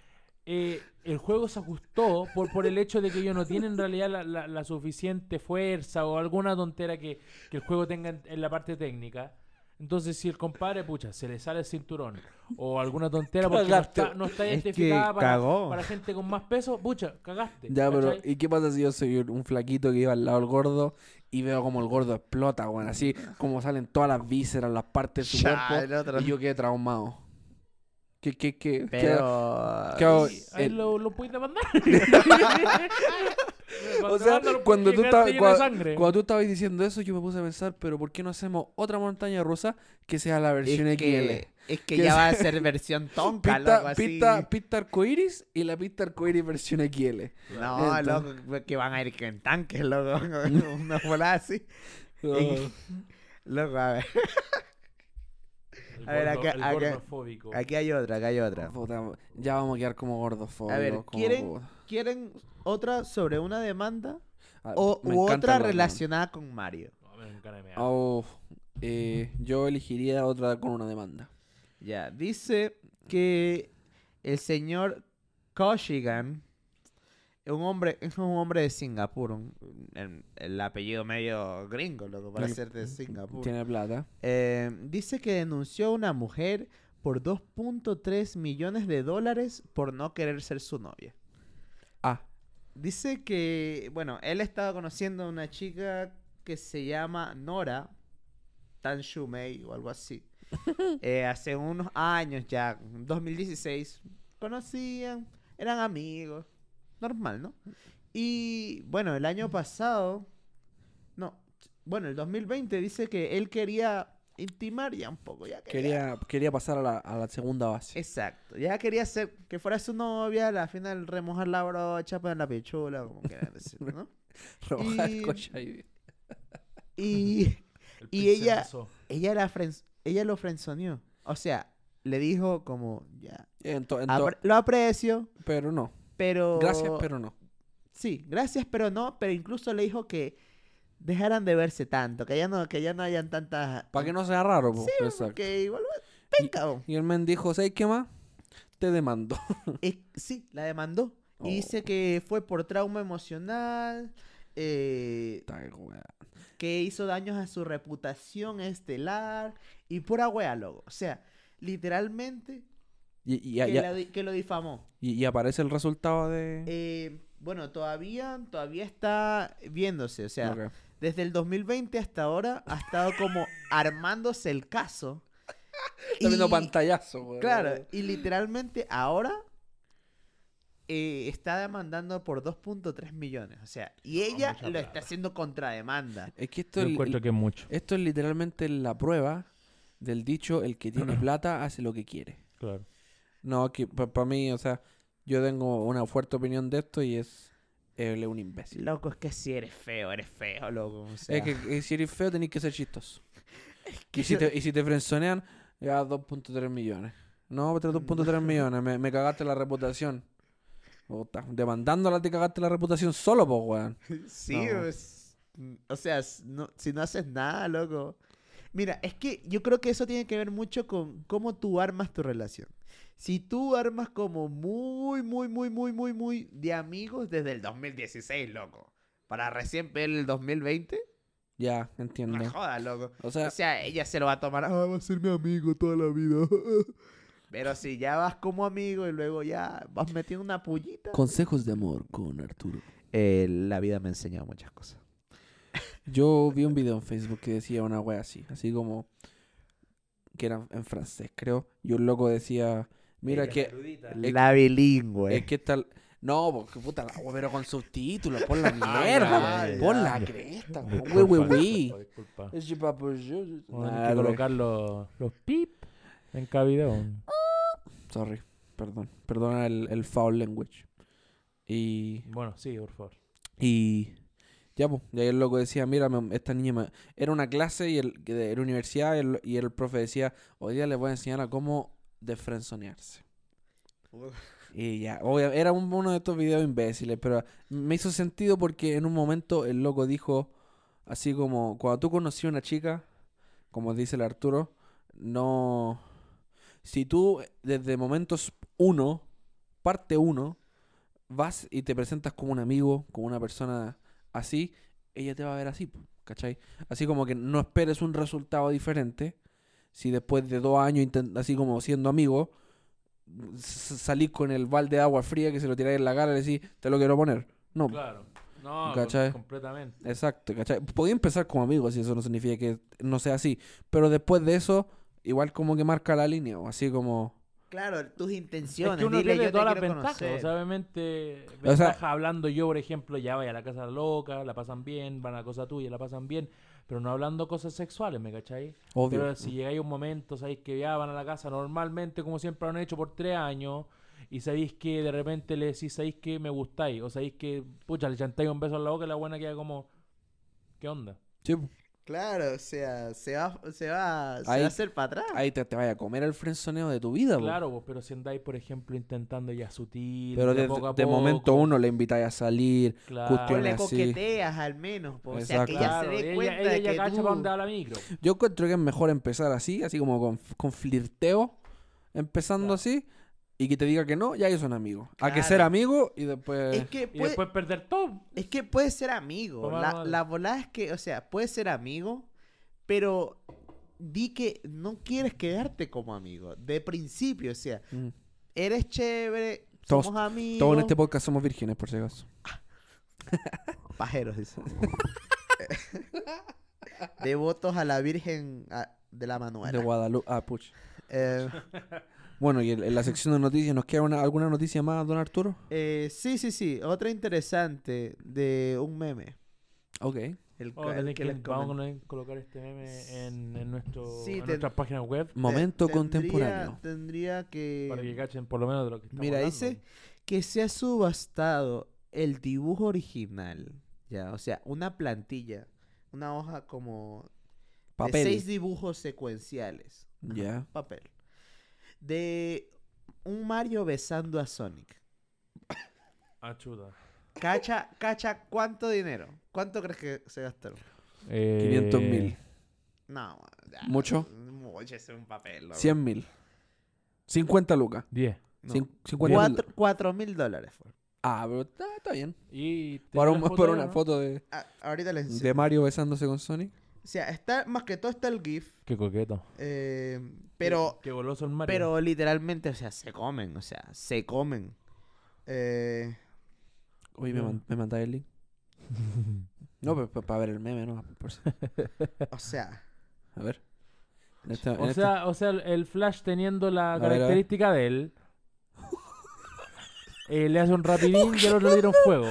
[SPEAKER 3] eh, el juego se ajustó por, por el hecho de que ellos no tienen en realidad la, la- la suficiente fuerza o alguna tontera que, que el juego tenga en, en la parte técnica. Entonces, si el compadre, pucha, se le sale el cinturón o alguna tontera porque no
[SPEAKER 2] Cagaste.
[SPEAKER 3] está, no está
[SPEAKER 1] Es que
[SPEAKER 3] identificada para,
[SPEAKER 1] cagó.
[SPEAKER 3] para gente con más peso, pucha, cagaste.
[SPEAKER 2] Ya, pero
[SPEAKER 3] ¿cachai?
[SPEAKER 2] ¿y qué pasa si yo soy un un flaquito que iba al lado del gordo y veo como el gordo explota, weón? Así como salen todas las vísceras, las partes de su
[SPEAKER 1] Ya, el
[SPEAKER 2] cuerpo
[SPEAKER 1] otro.
[SPEAKER 2] y yo quedé traumado. ¿Qué, qué, qué? qué-
[SPEAKER 1] Pero...
[SPEAKER 2] qué hago?
[SPEAKER 3] Sí, Ahí
[SPEAKER 2] Eh,
[SPEAKER 3] lo, lo puedes demandar.
[SPEAKER 2] O sea, cuando tú, estabas, cua-
[SPEAKER 3] sangre.
[SPEAKER 2] cuando tú estabas diciendo eso, yo me puse a pensar, pero ¿por qué no hacemos otra montaña rusa que sea la
[SPEAKER 1] Es
[SPEAKER 2] versión
[SPEAKER 1] que,
[SPEAKER 2] XL?
[SPEAKER 1] es que
[SPEAKER 2] Que
[SPEAKER 1] ya
[SPEAKER 2] se-
[SPEAKER 1] va a ser versión tonka, loco,
[SPEAKER 2] Pista,
[SPEAKER 1] así.
[SPEAKER 2] pista, pista arcoiris y la pista arcoiris versión XL.
[SPEAKER 1] No,
[SPEAKER 2] Entonces-
[SPEAKER 1] loco, que van a ir en tanques, loco. Una bola así.
[SPEAKER 2] Oh,
[SPEAKER 1] Loco, a ver.
[SPEAKER 3] El
[SPEAKER 1] A ver,
[SPEAKER 3] gordo-
[SPEAKER 1] acá-
[SPEAKER 3] el
[SPEAKER 1] acá-
[SPEAKER 3] gordofóbico.
[SPEAKER 1] Aquí hay otra, acá hay otra.
[SPEAKER 2] puta, ya vamos a quedar como gordos,
[SPEAKER 1] A ver, ¿quieren- ¿Quieren otra sobre una demanda
[SPEAKER 2] Ah,
[SPEAKER 1] o u otra relacionada con Mario?
[SPEAKER 3] No, me dan ganas de mear.
[SPEAKER 2] Oh, Ah, Eh, yo elegiría otra con una demanda.
[SPEAKER 1] Ya, dice que el señor Koshigan, un hombre, es un hombre de Singapur, un- el, el apellido medio gringo, loco, para
[SPEAKER 2] Sí.
[SPEAKER 1] ser de Singapur.
[SPEAKER 2] Tiene plata.
[SPEAKER 1] Eh, dice que denunció a una mujer por 2.3 millones de dólares por no querer ser su novia.
[SPEAKER 2] Ah,
[SPEAKER 1] Dice que, bueno, él estaba conociendo a una chica que se llama Nora Tan Shumei o algo así. Eh, hace unos años ya, 2016, conocían, eran amigos, normal, ¿no? Y bueno, el año pasado, no, bueno, el 2020 dice que él quería intimar ya un poco, ya
[SPEAKER 2] quería, quería pasar a la, a la segunda base.
[SPEAKER 1] Exacto. Ya quería ser que fuera su novia, al final remojar la brocha, poner la pichula, como quieran decirlo, ¿no?
[SPEAKER 2] Rebajar
[SPEAKER 1] y-
[SPEAKER 2] el coche ahí.
[SPEAKER 1] Y
[SPEAKER 3] El
[SPEAKER 1] y ella-
[SPEAKER 3] pinceazo.
[SPEAKER 1] ella la frens- ella lo frenzoneó. O sea, le dijo como ya
[SPEAKER 2] En to- en to-
[SPEAKER 1] apre- lo aprecio,
[SPEAKER 2] pero no.
[SPEAKER 1] pero
[SPEAKER 2] Gracias, pero no.
[SPEAKER 1] sí, gracias, pero no, pero incluso le dijo que dejaran de verse tanto, que ya no que ya no hayan tantas
[SPEAKER 2] Para que no sea raro, po. Exacto.
[SPEAKER 1] que igual
[SPEAKER 2] Y-
[SPEAKER 1] penca. bo.
[SPEAKER 2] Y el men dijo, ¿sabes qué más? Te demando.
[SPEAKER 1] Eh, sí, la demandó. Y
[SPEAKER 2] Oh.
[SPEAKER 1] dice que fue por trauma emocional, eh,
[SPEAKER 2] Puta, qué wea.
[SPEAKER 1] que hizo daños a su reputación estelar y pura wea, loco. O sea, literalmente
[SPEAKER 2] Y, y-
[SPEAKER 1] que,
[SPEAKER 2] y-
[SPEAKER 1] la di- que lo difamó.
[SPEAKER 2] y- y aparece el resultado de...
[SPEAKER 1] Eh, bueno, todavía, todavía está viéndose. O sea,
[SPEAKER 2] Ok.
[SPEAKER 1] desde el 2020 hasta ahora ha estado como armándose el caso.
[SPEAKER 2] Está viendo
[SPEAKER 1] Y-
[SPEAKER 2] pantallazo, wea.
[SPEAKER 1] Claro, y literalmente ahora eh, está demandando por 2.3 millones. O sea, y ella
[SPEAKER 3] mucha
[SPEAKER 1] lo
[SPEAKER 3] plata.
[SPEAKER 1] está haciendo contrademanda.
[SPEAKER 2] Es que esto
[SPEAKER 3] Yo
[SPEAKER 2] es,
[SPEAKER 3] encuentro que es mucho.
[SPEAKER 2] esto es literalmente la prueba del dicho, el que tiene plata hace lo que quiere.
[SPEAKER 3] Claro.
[SPEAKER 2] No, que para mí, o sea, Yo tengo una fuerte opinión de esto y es. Él es un imbécil.
[SPEAKER 1] Loco, es que si eres feo, eres feo, loco. o sea.
[SPEAKER 2] Es que eh, si eres feo, tenés que ser chistoso. Y si te, y si te frenzonean, ya 2.3 millones. No, pero 2.3 millones. Me, me cagaste la reputación. Puta, demandándola te cagaste la reputación solo, po, weón.
[SPEAKER 1] Sí,
[SPEAKER 2] No.
[SPEAKER 1] pues, mm, o sea, s- no- si no haces nada, loco. Mira, es que yo creo que eso tiene que ver mucho con cómo tú armas tu relación. Si tú armas como muy, muy, muy, muy, muy, muy de amigos desde el 2016, loco. Para recién ver el 2020,
[SPEAKER 2] Ya, entiendo.
[SPEAKER 1] no joda, loco.
[SPEAKER 2] O
[SPEAKER 1] O
[SPEAKER 2] sea,
[SPEAKER 1] sea, ella se lo va a tomar. "Ah, va a ser mi amigo toda la vida. Pero si ya vas como amigo y luego ya vas metiendo una pullita.
[SPEAKER 2] consejos de amor con Arturo.
[SPEAKER 1] Eh, la vida me ha enseñado muchas cosas.
[SPEAKER 2] Yo vi un video en Facebook que decía una wea así, así como que era en francés, creo. Y un loco decía, mira que Es-
[SPEAKER 1] La bilingüe.
[SPEAKER 2] es que tal no, porque puta la wea, pero con subtítulos, por la
[SPEAKER 1] Ah,
[SPEAKER 2] mierda,
[SPEAKER 1] ya,
[SPEAKER 2] por
[SPEAKER 1] ya.
[SPEAKER 2] la cresta, po,
[SPEAKER 3] Disculpa,
[SPEAKER 2] wey, wey, wey.
[SPEAKER 3] disculpa, disculpa.
[SPEAKER 2] Es que pa, pues, yo- yo-
[SPEAKER 3] Vamos a
[SPEAKER 2] Nah,
[SPEAKER 3] tener que
[SPEAKER 2] bro,
[SPEAKER 3] colocar los, los pip en cada video.
[SPEAKER 2] Sorry, perdón, perdona el, el foul language. Y
[SPEAKER 3] Bueno, sí, por favor.
[SPEAKER 2] Y ya, pues, y ahí el loco decía, mira, me- esta niña me- era una clase y el, que de- era universidad y el, y el profe decía, hoy día les voy a enseñar a cómo desfrenzonearse.
[SPEAKER 1] Uf.
[SPEAKER 2] Y ya, obvia- era un- uno de estos videos imbéciles, pero me hizo sentido porque en un momento el loco dijo, así como, cuando tú conocí a una chica, como dice el Arturo, no... Si tú eh, desde momentos uno, parte uno, vas y te presentas como un amigo, como una persona así, ella te va a ver así, po, ¿cachai? Así como que no esperes un resultado diferente. Si después de dos años, inten- así como siendo amigo, s- salís con el balde de agua fría que se lo tiráis en la cara y le decís, te lo quiero poner. No, po.
[SPEAKER 3] Claro. No,
[SPEAKER 2] ¿Cachai?
[SPEAKER 3] completamente.
[SPEAKER 2] Exacto, ¿cachai? Podía empezar como amigos y eso no significa que no sea así. Pero después de eso, igual como que marca la línea, o así como...
[SPEAKER 1] Claro, tus intenciones.
[SPEAKER 3] Es que uno
[SPEAKER 1] Dile, yo
[SPEAKER 3] tiene
[SPEAKER 1] te
[SPEAKER 3] todas las
[SPEAKER 1] quiero
[SPEAKER 3] ventajas.
[SPEAKER 1] conocer.
[SPEAKER 3] O sea, obviamente,
[SPEAKER 2] O sea-
[SPEAKER 3] ventaja hablando yo, por ejemplo, ya vaya a la casa loca, la pasan bien, van a cosa tuya, la pasan bien. Pero no hablando cosas sexuales, ¿me cachai?
[SPEAKER 2] Obvio.
[SPEAKER 3] Pero si llegáis a un momento, sabéis que ya van a la casa normalmente, como siempre lo han hecho por tres años, y sabéis que de repente le decís, sabéis que me gustáis, o sabéis que, pucha, le chantáis un beso en la boca y la buena queda como, ¿qué onda?
[SPEAKER 2] Sí, po.
[SPEAKER 1] Claro, o sea, se va, se va, se
[SPEAKER 2] Ahí-
[SPEAKER 1] va a hacer para atrás.
[SPEAKER 2] ahí te, te vaya a comer el frenzoneo de tu vida, po.
[SPEAKER 3] Claro, vos, pero si andáis, por ejemplo, intentando ya sutil,
[SPEAKER 2] Pero
[SPEAKER 3] de,
[SPEAKER 2] desde-
[SPEAKER 3] poco a
[SPEAKER 2] de
[SPEAKER 3] poco,
[SPEAKER 2] momento uno le invitáis a salir,
[SPEAKER 3] claro.
[SPEAKER 1] O
[SPEAKER 2] cuestiones
[SPEAKER 1] le
[SPEAKER 2] así.
[SPEAKER 1] coqueteas al menos, po. o sea, que ya
[SPEAKER 3] Claro,
[SPEAKER 1] se
[SPEAKER 3] ella,
[SPEAKER 1] dé cuenta
[SPEAKER 3] ella
[SPEAKER 1] de
[SPEAKER 3] ya
[SPEAKER 1] que
[SPEAKER 3] cacha
[SPEAKER 1] tú-
[SPEAKER 3] para dónde va la micro.
[SPEAKER 2] Yo creo que es mejor empezar así, así como con, con flirteo, empezando
[SPEAKER 3] Claro.
[SPEAKER 2] así, y que te diga que no, ya ellos son amigos. A que
[SPEAKER 1] Claro.
[SPEAKER 2] ser amigo y después...
[SPEAKER 1] Es que
[SPEAKER 3] eh, Y
[SPEAKER 1] puede,
[SPEAKER 3] después perder todo.
[SPEAKER 1] es que puede ser amigo.
[SPEAKER 3] Toma,
[SPEAKER 1] La,
[SPEAKER 3] toma.
[SPEAKER 1] la volada es que, o sea, puede ser amigo, pero di que no quieres quedarte como amigo. De principio, o sea,
[SPEAKER 2] Mm.
[SPEAKER 1] eres chévere,
[SPEAKER 2] Todos-
[SPEAKER 1] somos amigos.
[SPEAKER 2] Todos en este podcast somos vírgenes, por si acaso.
[SPEAKER 1] Pajeros, dice. Devotos a la Virgen a- de la Manuela.
[SPEAKER 2] De Guadalupe. Ah, pucha.
[SPEAKER 1] Eh,
[SPEAKER 2] Bueno, y en, en la sección de noticias, ¿nos queda una- alguna noticia más, don Arturo?
[SPEAKER 1] eh, sí, sí, sí. Otra interesante de un meme.
[SPEAKER 2] Ok.
[SPEAKER 1] El,
[SPEAKER 3] Oh,
[SPEAKER 1] el
[SPEAKER 3] tenés
[SPEAKER 1] que
[SPEAKER 3] que-
[SPEAKER 1] les
[SPEAKER 3] vamos
[SPEAKER 1] comen-
[SPEAKER 3] a colocar este meme en, en nuestro,
[SPEAKER 1] Sí,
[SPEAKER 3] en
[SPEAKER 1] ten-
[SPEAKER 3] nuestras páginas web
[SPEAKER 2] Momento
[SPEAKER 1] Te-
[SPEAKER 2] contemporáneo.
[SPEAKER 1] Tendría que...
[SPEAKER 3] para que cachen por lo menos de lo que estamos
[SPEAKER 1] Mira,
[SPEAKER 3] hablando.
[SPEAKER 1] dice que se ha subastado el dibujo original. Ya, o sea, una plantilla. Una hoja como de seis
[SPEAKER 2] Papel.
[SPEAKER 1] dibujos secuenciales. Ajá,
[SPEAKER 2] Ya.
[SPEAKER 1] Papel. De un Mario besando a Sonic.
[SPEAKER 3] Ah, chuta.
[SPEAKER 1] Cacha, cacha, ¿cuánto dinero? ¿Cuánto crees que se gastaron?
[SPEAKER 3] Eh,
[SPEAKER 2] 500 mil.
[SPEAKER 1] No. ya,
[SPEAKER 2] ¿Mucho?
[SPEAKER 1] Mucho, es un papel. loco.
[SPEAKER 2] 100 mil. 50 lucas.
[SPEAKER 3] 10.
[SPEAKER 1] No.
[SPEAKER 2] Cin- 50 mil.
[SPEAKER 1] Cuatro- Cuatro mil dólares fue.
[SPEAKER 2] Ah, pero está, está bien.
[SPEAKER 3] Y tenés
[SPEAKER 2] Para,
[SPEAKER 3] la
[SPEAKER 2] un-
[SPEAKER 3] foto
[SPEAKER 2] para
[SPEAKER 3] ahí,
[SPEAKER 2] una
[SPEAKER 3] ¿no?
[SPEAKER 2] foto de,
[SPEAKER 1] Ah, ahorita les enseño.
[SPEAKER 2] de Mario besándose con Sonic.
[SPEAKER 1] O sea, está, más que todo está el GIF.
[SPEAKER 3] Qué coqueto.
[SPEAKER 1] eh, pero,
[SPEAKER 3] Qué goloso el Mario.
[SPEAKER 1] pero literalmente, o sea, se comen, o sea, se comen. Eh,
[SPEAKER 2] Oye, me,
[SPEAKER 3] Ya.
[SPEAKER 2] man- me mandáis el link. No, pero para ver el meme, ¿no? Por si-
[SPEAKER 1] o sea,
[SPEAKER 2] A ver. En esta- en
[SPEAKER 1] este
[SPEAKER 3] O
[SPEAKER 2] esta-
[SPEAKER 3] sea, o sea, el- el Flash teniendo la
[SPEAKER 2] A ver, a ver.
[SPEAKER 3] característica de él. eh, le hace un rapidín y al otro le dieron fuego.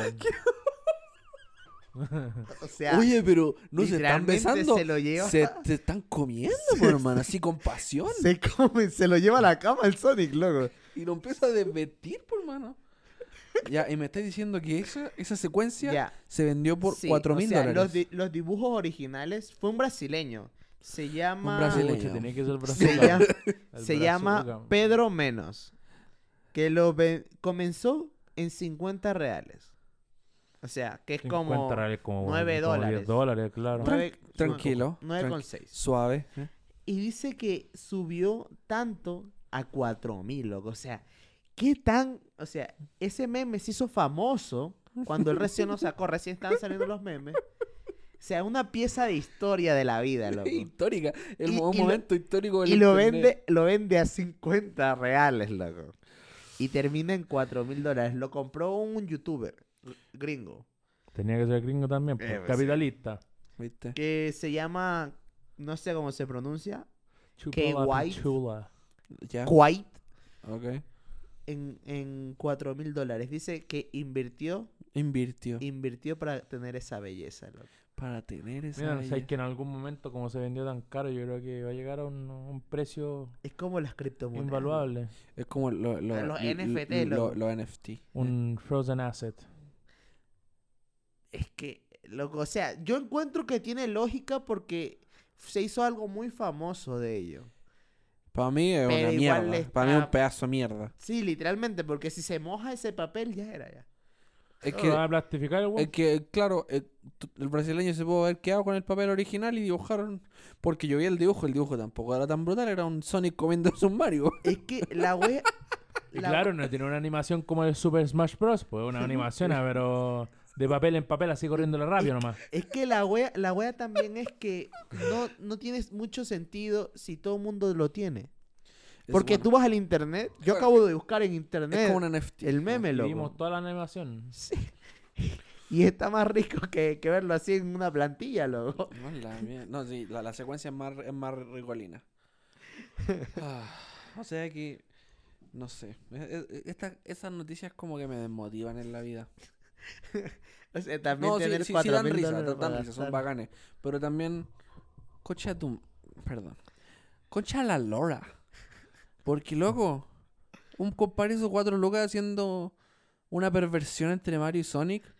[SPEAKER 1] o sea,
[SPEAKER 2] Oye, pero no se están
[SPEAKER 1] literalmente
[SPEAKER 2] besando.
[SPEAKER 1] se lo lleva.
[SPEAKER 2] Se, se están comiendo, por hermano, así con pasión.
[SPEAKER 1] se comen, se lo lleva a la cama el Sonic, loco.
[SPEAKER 2] Y lo empieza a desvestir, por mano. Ya, y me estás diciendo que esa, esa secuencia
[SPEAKER 1] Ya.
[SPEAKER 2] se vendió por
[SPEAKER 1] Sí,
[SPEAKER 2] cuatro
[SPEAKER 1] o
[SPEAKER 2] mil
[SPEAKER 1] sea,
[SPEAKER 2] dólares.
[SPEAKER 1] Los, di- los dibujos originales fue un brasileño. Se llama.
[SPEAKER 2] brasileño.
[SPEAKER 3] Pucha, tenía que ser
[SPEAKER 1] Se,
[SPEAKER 3] brasileño.
[SPEAKER 1] llama,
[SPEAKER 3] El
[SPEAKER 1] se llama
[SPEAKER 3] brazuca.
[SPEAKER 1] Pedro Menos. Que lo ve- comenzó en 50 reales. O sea, que es
[SPEAKER 3] 50
[SPEAKER 1] como.
[SPEAKER 3] reales, como
[SPEAKER 1] nueve
[SPEAKER 3] 10
[SPEAKER 1] dólares.
[SPEAKER 3] dólares, claro.
[SPEAKER 2] Tran-
[SPEAKER 1] nueve-
[SPEAKER 2] tranquilo,
[SPEAKER 1] nueve con
[SPEAKER 2] tranqui-
[SPEAKER 1] seis.
[SPEAKER 2] Suave. ¿eh?
[SPEAKER 1] Y dice que subió tanto a 4000, loco. O sea, qué tan. O sea, ese meme se hizo famoso cuando él recién lo sacó. Recién estaban saliendo los memes. O sea, una pieza de historia de la vida, loco.
[SPEAKER 2] Histórica. El
[SPEAKER 1] Y-
[SPEAKER 2] mo-
[SPEAKER 1] y lo-
[SPEAKER 2] momento histórico del
[SPEAKER 1] Y lo
[SPEAKER 2] internet.
[SPEAKER 1] vende, lo vende a 50 reales, loco. Y termina en 4 mil dólares. Lo compró un youtuber gringo
[SPEAKER 3] Tenía que ser gringo también, pues,
[SPEAKER 1] Eh, pues, sí.
[SPEAKER 3] capitalista.
[SPEAKER 2] ¿Viste?
[SPEAKER 1] que se llama, no sé cómo se pronuncia, Qué
[SPEAKER 3] Chupala,
[SPEAKER 1] guay.
[SPEAKER 3] pichula.
[SPEAKER 2] Ya.
[SPEAKER 1] Quite,
[SPEAKER 2] Ok.
[SPEAKER 1] en, en 4 mil dólares. Dice que invirtió,
[SPEAKER 2] Invirtió
[SPEAKER 1] invirtió para tener esa belleza, loco.
[SPEAKER 2] para tener esa.
[SPEAKER 3] Mira, o sea, es
[SPEAKER 2] belleza.
[SPEAKER 3] que en algún momento, como se vendió tan caro, yo creo que va a llegar a un, un precio
[SPEAKER 1] Es como las criptomonedas.
[SPEAKER 3] invaluable.
[SPEAKER 2] Es como lo- lo-
[SPEAKER 1] Ah, los
[SPEAKER 2] l-
[SPEAKER 1] NFT,
[SPEAKER 2] lo-
[SPEAKER 1] loco.
[SPEAKER 2] los NFT.
[SPEAKER 3] Un frozen asset.
[SPEAKER 1] Es que, loco, o sea, yo encuentro que tiene lógica porque se hizo algo muy famoso de ello.
[SPEAKER 2] Para mí es
[SPEAKER 1] Pero
[SPEAKER 2] una
[SPEAKER 1] igual
[SPEAKER 2] mierda.
[SPEAKER 1] está-
[SPEAKER 2] Para mí es un pedazo de mierda.
[SPEAKER 1] Sí, literalmente, porque si se moja ese papel ya era ya.
[SPEAKER 2] Es
[SPEAKER 3] Claro, va
[SPEAKER 1] Ah,
[SPEAKER 2] que,
[SPEAKER 3] a plastificar el
[SPEAKER 2] es
[SPEAKER 3] weón.
[SPEAKER 2] que claro, eh, tú- el brasileño se pudo haber quedado con el papel original y dibujaron. Porque yo vi el dibujo, el dibujo tampoco era tan brutal, era un Sonic comiendo un Mario.
[SPEAKER 1] Es que la wea.
[SPEAKER 3] Y
[SPEAKER 1] la-
[SPEAKER 3] claro, no tiene una animación como el Super Smash Bros. Pues una animación, ah, pero de papel en papel, así corriendo la rabia nomás.
[SPEAKER 1] Es que la wea, la wea también es que no, no tiene mucho sentido si todo el mundo lo tiene.
[SPEAKER 2] Es
[SPEAKER 1] Porque
[SPEAKER 2] bueno,
[SPEAKER 1] tú vas al internet, yo acabo de buscar en internet
[SPEAKER 2] es como un NFT.
[SPEAKER 1] el meme,
[SPEAKER 3] Vimos
[SPEAKER 1] loco.
[SPEAKER 3] toda la animación.
[SPEAKER 1] Sí. Y está más rico que, que verlo así en una plantilla, loco.
[SPEAKER 2] Pues, No, la, mier- no, sí, la, la secuencia es más, es más rigolina. Ah, o sea que, no sé, e- e- esta- esas noticias como que me desmotivan en la vida.
[SPEAKER 1] O sea, también
[SPEAKER 2] No, sí,
[SPEAKER 1] tener
[SPEAKER 2] sí, sí
[SPEAKER 1] 4.000
[SPEAKER 2] dan risa,
[SPEAKER 1] dólares
[SPEAKER 2] dan
[SPEAKER 1] para
[SPEAKER 2] risa, son
[SPEAKER 1] gastar.
[SPEAKER 2] bacanes. Pero también, concha tu... Perdón. Concha la lora. Porque, loco, un compadre hizo cuatro lucas haciendo una perversión entre Mario y Sonic.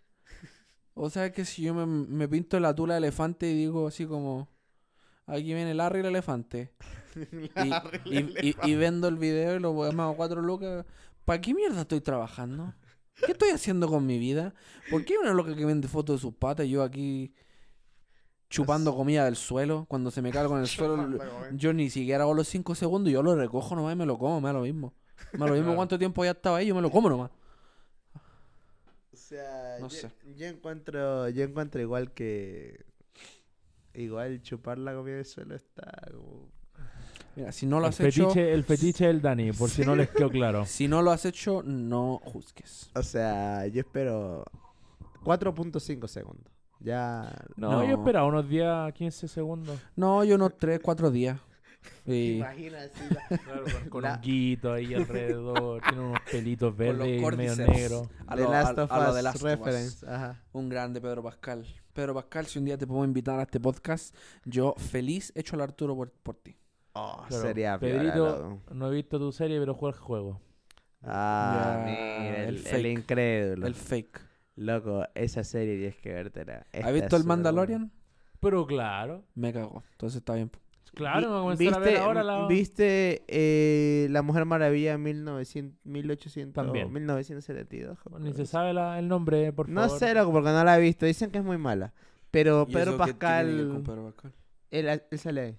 [SPEAKER 2] O sea que si yo me, me pinto la tula de elefante y digo así como... Aquí viene Larry el elefante. y, y- y- y vendo el video y lo voy a cuatro lucas. ¿Para qué mierda estoy trabajando? ¿Qué estoy haciendo con mi vida? ¿Por qué hay una loca que vende fotos de sus patas y yo aquí chupando comida del suelo? Cuando se me cargo en el suelo, yo ni siquiera hago los 5 segundos, yo lo recojo nomás y me lo como, me da lo mismo. Me da lo mismo cuánto tiempo ya estaba ahí, yo me lo como nomás.
[SPEAKER 1] O sea,
[SPEAKER 2] No
[SPEAKER 1] yo,
[SPEAKER 2] sé.
[SPEAKER 1] yo encuentro, yo encuentro igual que igual chupar la comida del suelo está como
[SPEAKER 2] Mira, si no lo
[SPEAKER 3] el,
[SPEAKER 2] has hecho,
[SPEAKER 3] fetiche, el fetiche del Dani, por si no les quedó claro.
[SPEAKER 2] si no lo has hecho, no juzgues.
[SPEAKER 1] O sea, yo espero 4.5 segundos. Ya
[SPEAKER 3] No,
[SPEAKER 2] No.
[SPEAKER 3] yo esperaba unos 10, 15 segundos.
[SPEAKER 2] No, yo unos 3, 4 días. Y
[SPEAKER 1] imaginas así la-
[SPEAKER 3] con
[SPEAKER 1] La-
[SPEAKER 3] un guito ahí alrededor, tiene unos pelitos
[SPEAKER 2] con
[SPEAKER 3] verdes y
[SPEAKER 2] los
[SPEAKER 3] medio
[SPEAKER 2] cordyceps.
[SPEAKER 3] negro.
[SPEAKER 2] A
[SPEAKER 1] The
[SPEAKER 2] lo-
[SPEAKER 1] Last
[SPEAKER 2] a-
[SPEAKER 1] of
[SPEAKER 2] a lo
[SPEAKER 1] Us
[SPEAKER 2] de Last of Us.
[SPEAKER 1] reference, ajá.
[SPEAKER 2] Un grande Pedro Pascal. Pedro Pascal, si un día te podemos invitar a este podcast, yo feliz hecho al Arturo por, por ti.
[SPEAKER 1] Oh,
[SPEAKER 3] Claro,
[SPEAKER 1] sería piola,
[SPEAKER 3] Pedrito,
[SPEAKER 1] loco.
[SPEAKER 3] no he visto tu serie, pero juega el juego.
[SPEAKER 1] Ah,
[SPEAKER 2] Ya,
[SPEAKER 1] mira,
[SPEAKER 2] el
[SPEAKER 1] el, el
[SPEAKER 2] fake.
[SPEAKER 1] incrédulo.
[SPEAKER 2] El fake.
[SPEAKER 1] Loco, esa serie tienes que vértela. Está
[SPEAKER 2] ¿Has visto el
[SPEAKER 1] súper buena.
[SPEAKER 2] Mandalorian?
[SPEAKER 3] Pero claro,
[SPEAKER 2] Me cago. Entonces está bien.
[SPEAKER 3] claro,
[SPEAKER 1] Vi-
[SPEAKER 3] me voy a comenzar a ver ahora la...
[SPEAKER 1] ¿Viste eh, La Mujer Maravilla 1900, 1800,
[SPEAKER 3] También.
[SPEAKER 1] 1972?
[SPEAKER 3] Ni se sabe la- el nombre, por
[SPEAKER 1] No
[SPEAKER 3] favor.
[SPEAKER 1] sé, loco, porque no la he visto. Dicen que es muy mala. Pero
[SPEAKER 2] ¿Y
[SPEAKER 1] Pedro
[SPEAKER 2] eso qué tiene que ver con
[SPEAKER 1] Pascal,
[SPEAKER 2] Pedro Pascal?
[SPEAKER 1] él, él sale ahí.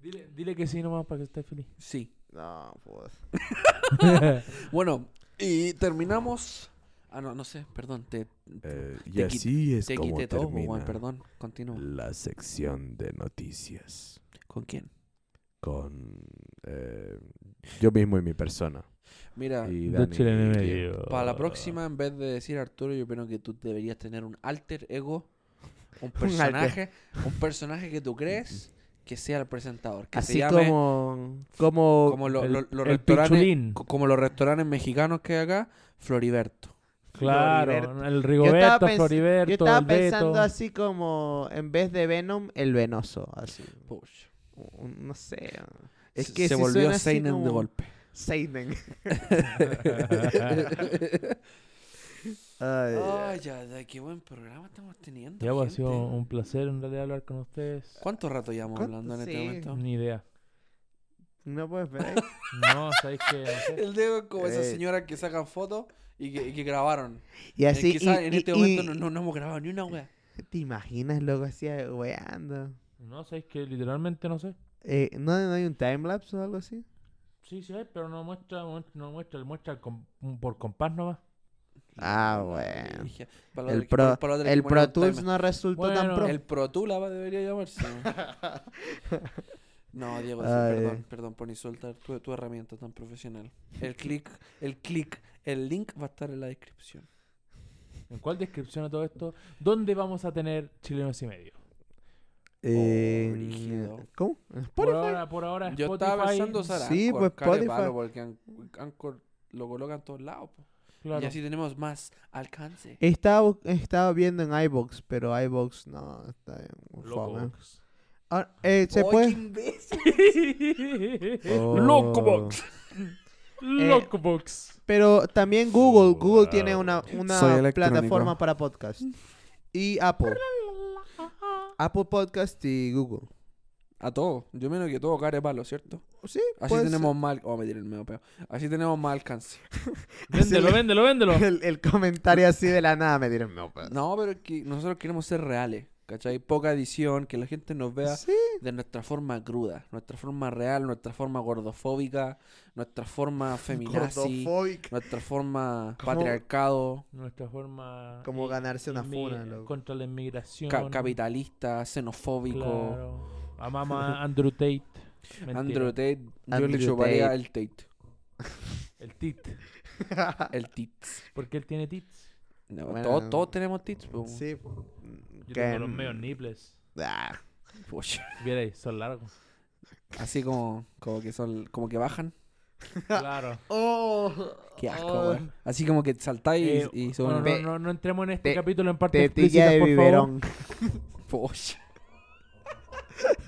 [SPEAKER 3] Dile, dile que sí nomás para que estés feliz.
[SPEAKER 2] Sí.
[SPEAKER 1] No, pues.
[SPEAKER 2] Bueno, y terminamos. Ah, no, no sé, perdón. Te,
[SPEAKER 4] Eh, y
[SPEAKER 2] Te qui-
[SPEAKER 4] así es
[SPEAKER 2] te
[SPEAKER 4] como
[SPEAKER 2] quité todo,
[SPEAKER 4] termina
[SPEAKER 2] Juan, perdón. Continúa.
[SPEAKER 4] la sección de noticias
[SPEAKER 2] ¿Con quién?
[SPEAKER 4] con eh, yo mismo y mi persona.
[SPEAKER 2] Mira,
[SPEAKER 4] Y
[SPEAKER 3] Dos
[SPEAKER 4] Dani,
[SPEAKER 3] chilenos y
[SPEAKER 4] y-
[SPEAKER 3] medio.
[SPEAKER 2] para la próxima, en vez de decir Arturo, yo creo que tú deberías tener un alter ego, un
[SPEAKER 1] alter.
[SPEAKER 2] personaje, un personaje que tú crees que sea el presentador. Que se
[SPEAKER 1] Así
[SPEAKER 2] llame
[SPEAKER 1] como, como.
[SPEAKER 2] como lo-
[SPEAKER 3] el-
[SPEAKER 2] lo- los
[SPEAKER 3] el
[SPEAKER 2] restaurantes,
[SPEAKER 3] Pichulín.
[SPEAKER 2] co- como los restaurantes mexicanos que hay acá, Floriberto.
[SPEAKER 3] Claro,
[SPEAKER 1] Floriberto.
[SPEAKER 3] el
[SPEAKER 1] Yo estaba,
[SPEAKER 3] Rigoberto,
[SPEAKER 1] pens-
[SPEAKER 3] Floriberto,
[SPEAKER 1] yo estaba
[SPEAKER 3] el Beto.
[SPEAKER 1] pensando así como. En vez de Venom, el Venoso. Así.
[SPEAKER 2] Pucha.
[SPEAKER 1] Un- No sé. Es
[SPEAKER 2] Se-
[SPEAKER 1] que
[SPEAKER 2] se
[SPEAKER 1] sí
[SPEAKER 2] volvió
[SPEAKER 1] suena así
[SPEAKER 2] Seinen de
[SPEAKER 1] como-
[SPEAKER 2] golpe.
[SPEAKER 1] Seinen.
[SPEAKER 2] Ay,
[SPEAKER 1] Ay,
[SPEAKER 2] ya, de qué buen programa estamos teniendo.
[SPEAKER 3] Ya, pues, ha
[SPEAKER 2] gente.
[SPEAKER 3] sido un placer en realidad hablar con ustedes.
[SPEAKER 2] ¿Cuánto rato llevamos
[SPEAKER 1] ¿Cuánto?
[SPEAKER 2] hablando en este
[SPEAKER 1] Sí.
[SPEAKER 2] momento?
[SPEAKER 3] Ni idea.
[SPEAKER 1] No puedes ver ahí.
[SPEAKER 3] No, sabéis que. no sé.
[SPEAKER 2] El dedo es como esas
[SPEAKER 1] Eh.
[SPEAKER 2] señoras que sacan fotos y que, y que grabaron.
[SPEAKER 1] Y así.
[SPEAKER 2] Eh, quizá
[SPEAKER 1] y-
[SPEAKER 2] en
[SPEAKER 1] y-
[SPEAKER 2] este momento
[SPEAKER 1] y-
[SPEAKER 2] no, no, no hemos grabado ni una wea.
[SPEAKER 1] ¿Te imaginas, loco, así eh, weando?
[SPEAKER 3] No, sabéis que literalmente no sé.
[SPEAKER 1] Eh, ¿no, ¿No hay un timelapse o algo así?
[SPEAKER 3] Sí, sí hay, pero no muestra, mu- no muestra, muestra con- por compás nomás.
[SPEAKER 1] Ah,
[SPEAKER 2] La
[SPEAKER 1] bueno.
[SPEAKER 2] brigida. Para la otra
[SPEAKER 1] El
[SPEAKER 2] que-
[SPEAKER 1] Pro,
[SPEAKER 2] para- para la otra que
[SPEAKER 1] el
[SPEAKER 2] ponía
[SPEAKER 1] pro
[SPEAKER 2] un timer.
[SPEAKER 1] Tools no resultó tan
[SPEAKER 3] Bueno,
[SPEAKER 1] pro.
[SPEAKER 2] El Pro Tula va- debería llamarse. ¿no? No, Diego, sí,
[SPEAKER 1] Ay.
[SPEAKER 2] perdón, perdón por insultar tu, tu herramienta tan profesional. El clic, el clic, el link va a estar en la descripción.
[SPEAKER 3] ¿En cuál descripción de todo esto? ¿Dónde vamos a tener chilenos y medio?
[SPEAKER 1] Eh,
[SPEAKER 2] rígido.
[SPEAKER 1] ¿Cómo? ¿En
[SPEAKER 3] Por
[SPEAKER 1] Spotify?
[SPEAKER 3] ahora, por ahora
[SPEAKER 2] Yo
[SPEAKER 3] Spotify.
[SPEAKER 2] estaba pensando usar
[SPEAKER 1] Sí,
[SPEAKER 2] Anchor,
[SPEAKER 1] pues,
[SPEAKER 2] cara de
[SPEAKER 1] Spotify.
[SPEAKER 2] palo, porque An- Anchor lo colocan en todos lados. po.
[SPEAKER 3] claro.
[SPEAKER 2] Y así tenemos más alcance.
[SPEAKER 1] Estaba, bu- estaba viendo en iBox, pero iBox no está en
[SPEAKER 3] Loco
[SPEAKER 1] fome.
[SPEAKER 3] Box.
[SPEAKER 1] Ahora, eh, ¿Se
[SPEAKER 2] ¡Oh, qué
[SPEAKER 1] puede?
[SPEAKER 2] imbécil!
[SPEAKER 3] Loco Box. Loco Box.
[SPEAKER 1] Pero también Google. Google
[SPEAKER 3] Claro.
[SPEAKER 1] tiene una, una
[SPEAKER 2] Soy electrónico.
[SPEAKER 1] plataforma para podcast. Y Apple. Apple Podcast y Google.
[SPEAKER 2] A todo. Yo menos que todo cara de palo, ¿cierto?
[SPEAKER 1] Sí, pues,
[SPEAKER 2] Así
[SPEAKER 1] puede ser.
[SPEAKER 2] tenemos más... al- Oh, me tiré el medio peo. Así tenemos más alcance.
[SPEAKER 3] Véndelo,
[SPEAKER 1] le-
[SPEAKER 3] véndelo, véndelo.
[SPEAKER 1] El, el comentario así de la nada me dieron. No, pues. pero-
[SPEAKER 2] No, pero es que nosotros queremos ser reales, ¿cachai? Poca edición, que la gente nos vea
[SPEAKER 1] Sí.
[SPEAKER 2] de nuestra forma cruda, nuestra forma real, nuestra forma gordofóbica, nuestra forma feminazi,
[SPEAKER 1] Gordofóbica.
[SPEAKER 2] nuestra forma
[SPEAKER 1] ¿Cómo?
[SPEAKER 2] patriarcado,
[SPEAKER 3] Nuestra forma.
[SPEAKER 1] Como
[SPEAKER 3] i-
[SPEAKER 1] ganarse una
[SPEAKER 3] inmi-
[SPEAKER 1] funa, loco.
[SPEAKER 3] Contra la inmigración.
[SPEAKER 2] ca- capitalista, xenofóbico.
[SPEAKER 3] Claro. Amamos a Andrew Tate. Mentira.
[SPEAKER 2] Andrew Tate, yo
[SPEAKER 1] Andrew
[SPEAKER 2] le chuparía
[SPEAKER 1] Tate.
[SPEAKER 2] el Tate,
[SPEAKER 3] El Tate.
[SPEAKER 2] el tits.
[SPEAKER 3] Porque él tiene tits.
[SPEAKER 2] No,
[SPEAKER 1] Ah. Bueno.
[SPEAKER 2] todos, todos tenemos tits, po.
[SPEAKER 1] Sí. pues,
[SPEAKER 3] Yo
[SPEAKER 1] que-
[SPEAKER 3] tengo los medios nipples.
[SPEAKER 1] Ah,
[SPEAKER 2] Pucha.
[SPEAKER 3] Vierais, son largos.
[SPEAKER 2] Así como, como que son, como que bajan.
[SPEAKER 3] Claro.
[SPEAKER 1] Oh.
[SPEAKER 2] Qué asco,
[SPEAKER 1] Oh.
[SPEAKER 2] weón. Así como que saltáis
[SPEAKER 3] Eh,
[SPEAKER 2] y, y se
[SPEAKER 3] No,
[SPEAKER 2] vuelven-
[SPEAKER 1] Ve-
[SPEAKER 3] no, no, no entremos en este
[SPEAKER 1] te-
[SPEAKER 3] capítulo en parte
[SPEAKER 1] Tetilla
[SPEAKER 3] explícita,
[SPEAKER 1] de
[SPEAKER 3] por
[SPEAKER 1] biberón.
[SPEAKER 2] Polla.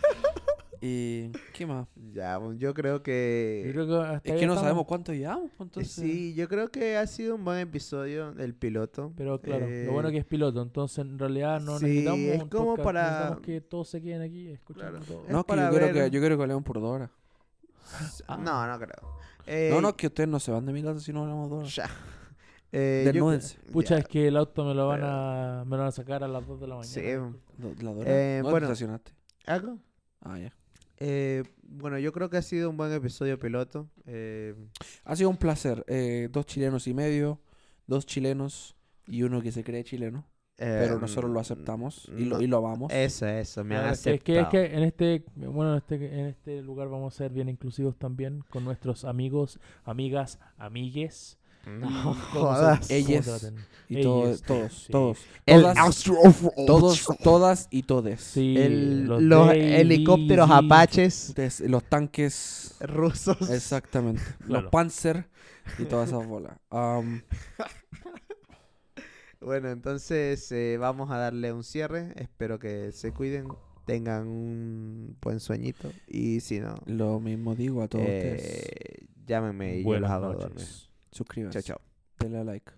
[SPEAKER 2] ¿Y qué más?
[SPEAKER 1] Ya, bueno, yo creo que.
[SPEAKER 3] favor. Yo creo que hasta
[SPEAKER 2] Es
[SPEAKER 3] ahí
[SPEAKER 2] que no
[SPEAKER 3] estamos.
[SPEAKER 2] sabemos cuánto llevamos, pues,
[SPEAKER 1] Eh,
[SPEAKER 2] entonces.
[SPEAKER 1] Sí, yo creo que ha sido un buen episodio el piloto.
[SPEAKER 3] Pero claro,
[SPEAKER 1] Eh,
[SPEAKER 3] lo bueno que es piloto, entonces en realidad no
[SPEAKER 1] sí,
[SPEAKER 3] necesitamos
[SPEAKER 1] es
[SPEAKER 3] un
[SPEAKER 1] como
[SPEAKER 3] podcast,
[SPEAKER 1] para-
[SPEAKER 3] necesitamos que todos se queden aquí escuchando
[SPEAKER 1] Claro.
[SPEAKER 3] todo.
[SPEAKER 1] es
[SPEAKER 2] No, es que
[SPEAKER 1] para
[SPEAKER 2] yo, creo
[SPEAKER 1] ver-
[SPEAKER 2] que yo creo que hablamos por dos horas.
[SPEAKER 3] Ah.
[SPEAKER 1] No, no creo. Eh,
[SPEAKER 2] No, no, es que ustedes no se van de mi casa si no hablamos dos horas.
[SPEAKER 1] Ya. Eh, yo-
[SPEAKER 2] Desnúdense.
[SPEAKER 3] Pucha,
[SPEAKER 1] ya.
[SPEAKER 3] es que el auto me lo van a me lo van a sacar a las 2 de la mañana.
[SPEAKER 1] Sí,
[SPEAKER 2] Do- La dos horas.
[SPEAKER 1] Eh,
[SPEAKER 2] ¿Dónde
[SPEAKER 1] bueno.
[SPEAKER 2] te estacionaste?
[SPEAKER 1] ¿Algo?
[SPEAKER 2] Ah, ya.
[SPEAKER 1] Eh, bueno, yo creo que ha sido un buen episodio piloto. Eh,
[SPEAKER 2] Ha sido un placer. Eh, dos chilenos y medio, dos chilenos y uno que se cree chileno. pero
[SPEAKER 1] em,
[SPEAKER 2] nosotros lo aceptamos y,
[SPEAKER 1] no. Eh,
[SPEAKER 2] lo, y lo amamos.
[SPEAKER 1] Eso, eso, me han
[SPEAKER 3] Claro, Ah, es que-
[SPEAKER 1] aceptado.
[SPEAKER 3] es que, es que en este bueno en este, en este lugar vamos a ser bien inclusivos también con nuestros amigos, amigas, amigues.
[SPEAKER 1] No
[SPEAKER 3] y cómo se-
[SPEAKER 1] jodas.
[SPEAKER 3] cómo
[SPEAKER 2] Ellas.
[SPEAKER 3] traten.
[SPEAKER 2] y todo-
[SPEAKER 3] ellos,
[SPEAKER 2] todos,
[SPEAKER 3] sí.
[SPEAKER 2] todos.
[SPEAKER 1] El
[SPEAKER 2] todas, todos, todas y todes.
[SPEAKER 3] Sí,
[SPEAKER 1] El- los helicópteros
[SPEAKER 3] Daisy,
[SPEAKER 1] apaches
[SPEAKER 2] Des- los tanques.
[SPEAKER 1] rusos.
[SPEAKER 2] Exactamente.
[SPEAKER 3] Claro.
[SPEAKER 2] Los Panzer y todas esas bolas. Am,
[SPEAKER 1] Bueno, entonces eh, vamos a darle un cierre. Espero que se cuiden, tengan un buen sueñito y si no,
[SPEAKER 2] lo mismo digo a todos ustedes. Pues,
[SPEAKER 1] eh, llámenme y yo los
[SPEAKER 3] Buenas
[SPEAKER 1] hago dormir.
[SPEAKER 3] noches.
[SPEAKER 2] Suscríbanse.
[SPEAKER 1] Chao, chao.
[SPEAKER 2] Denle like.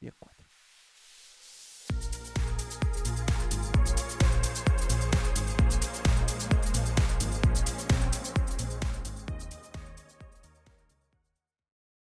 [SPEAKER 2] Y acuérdate.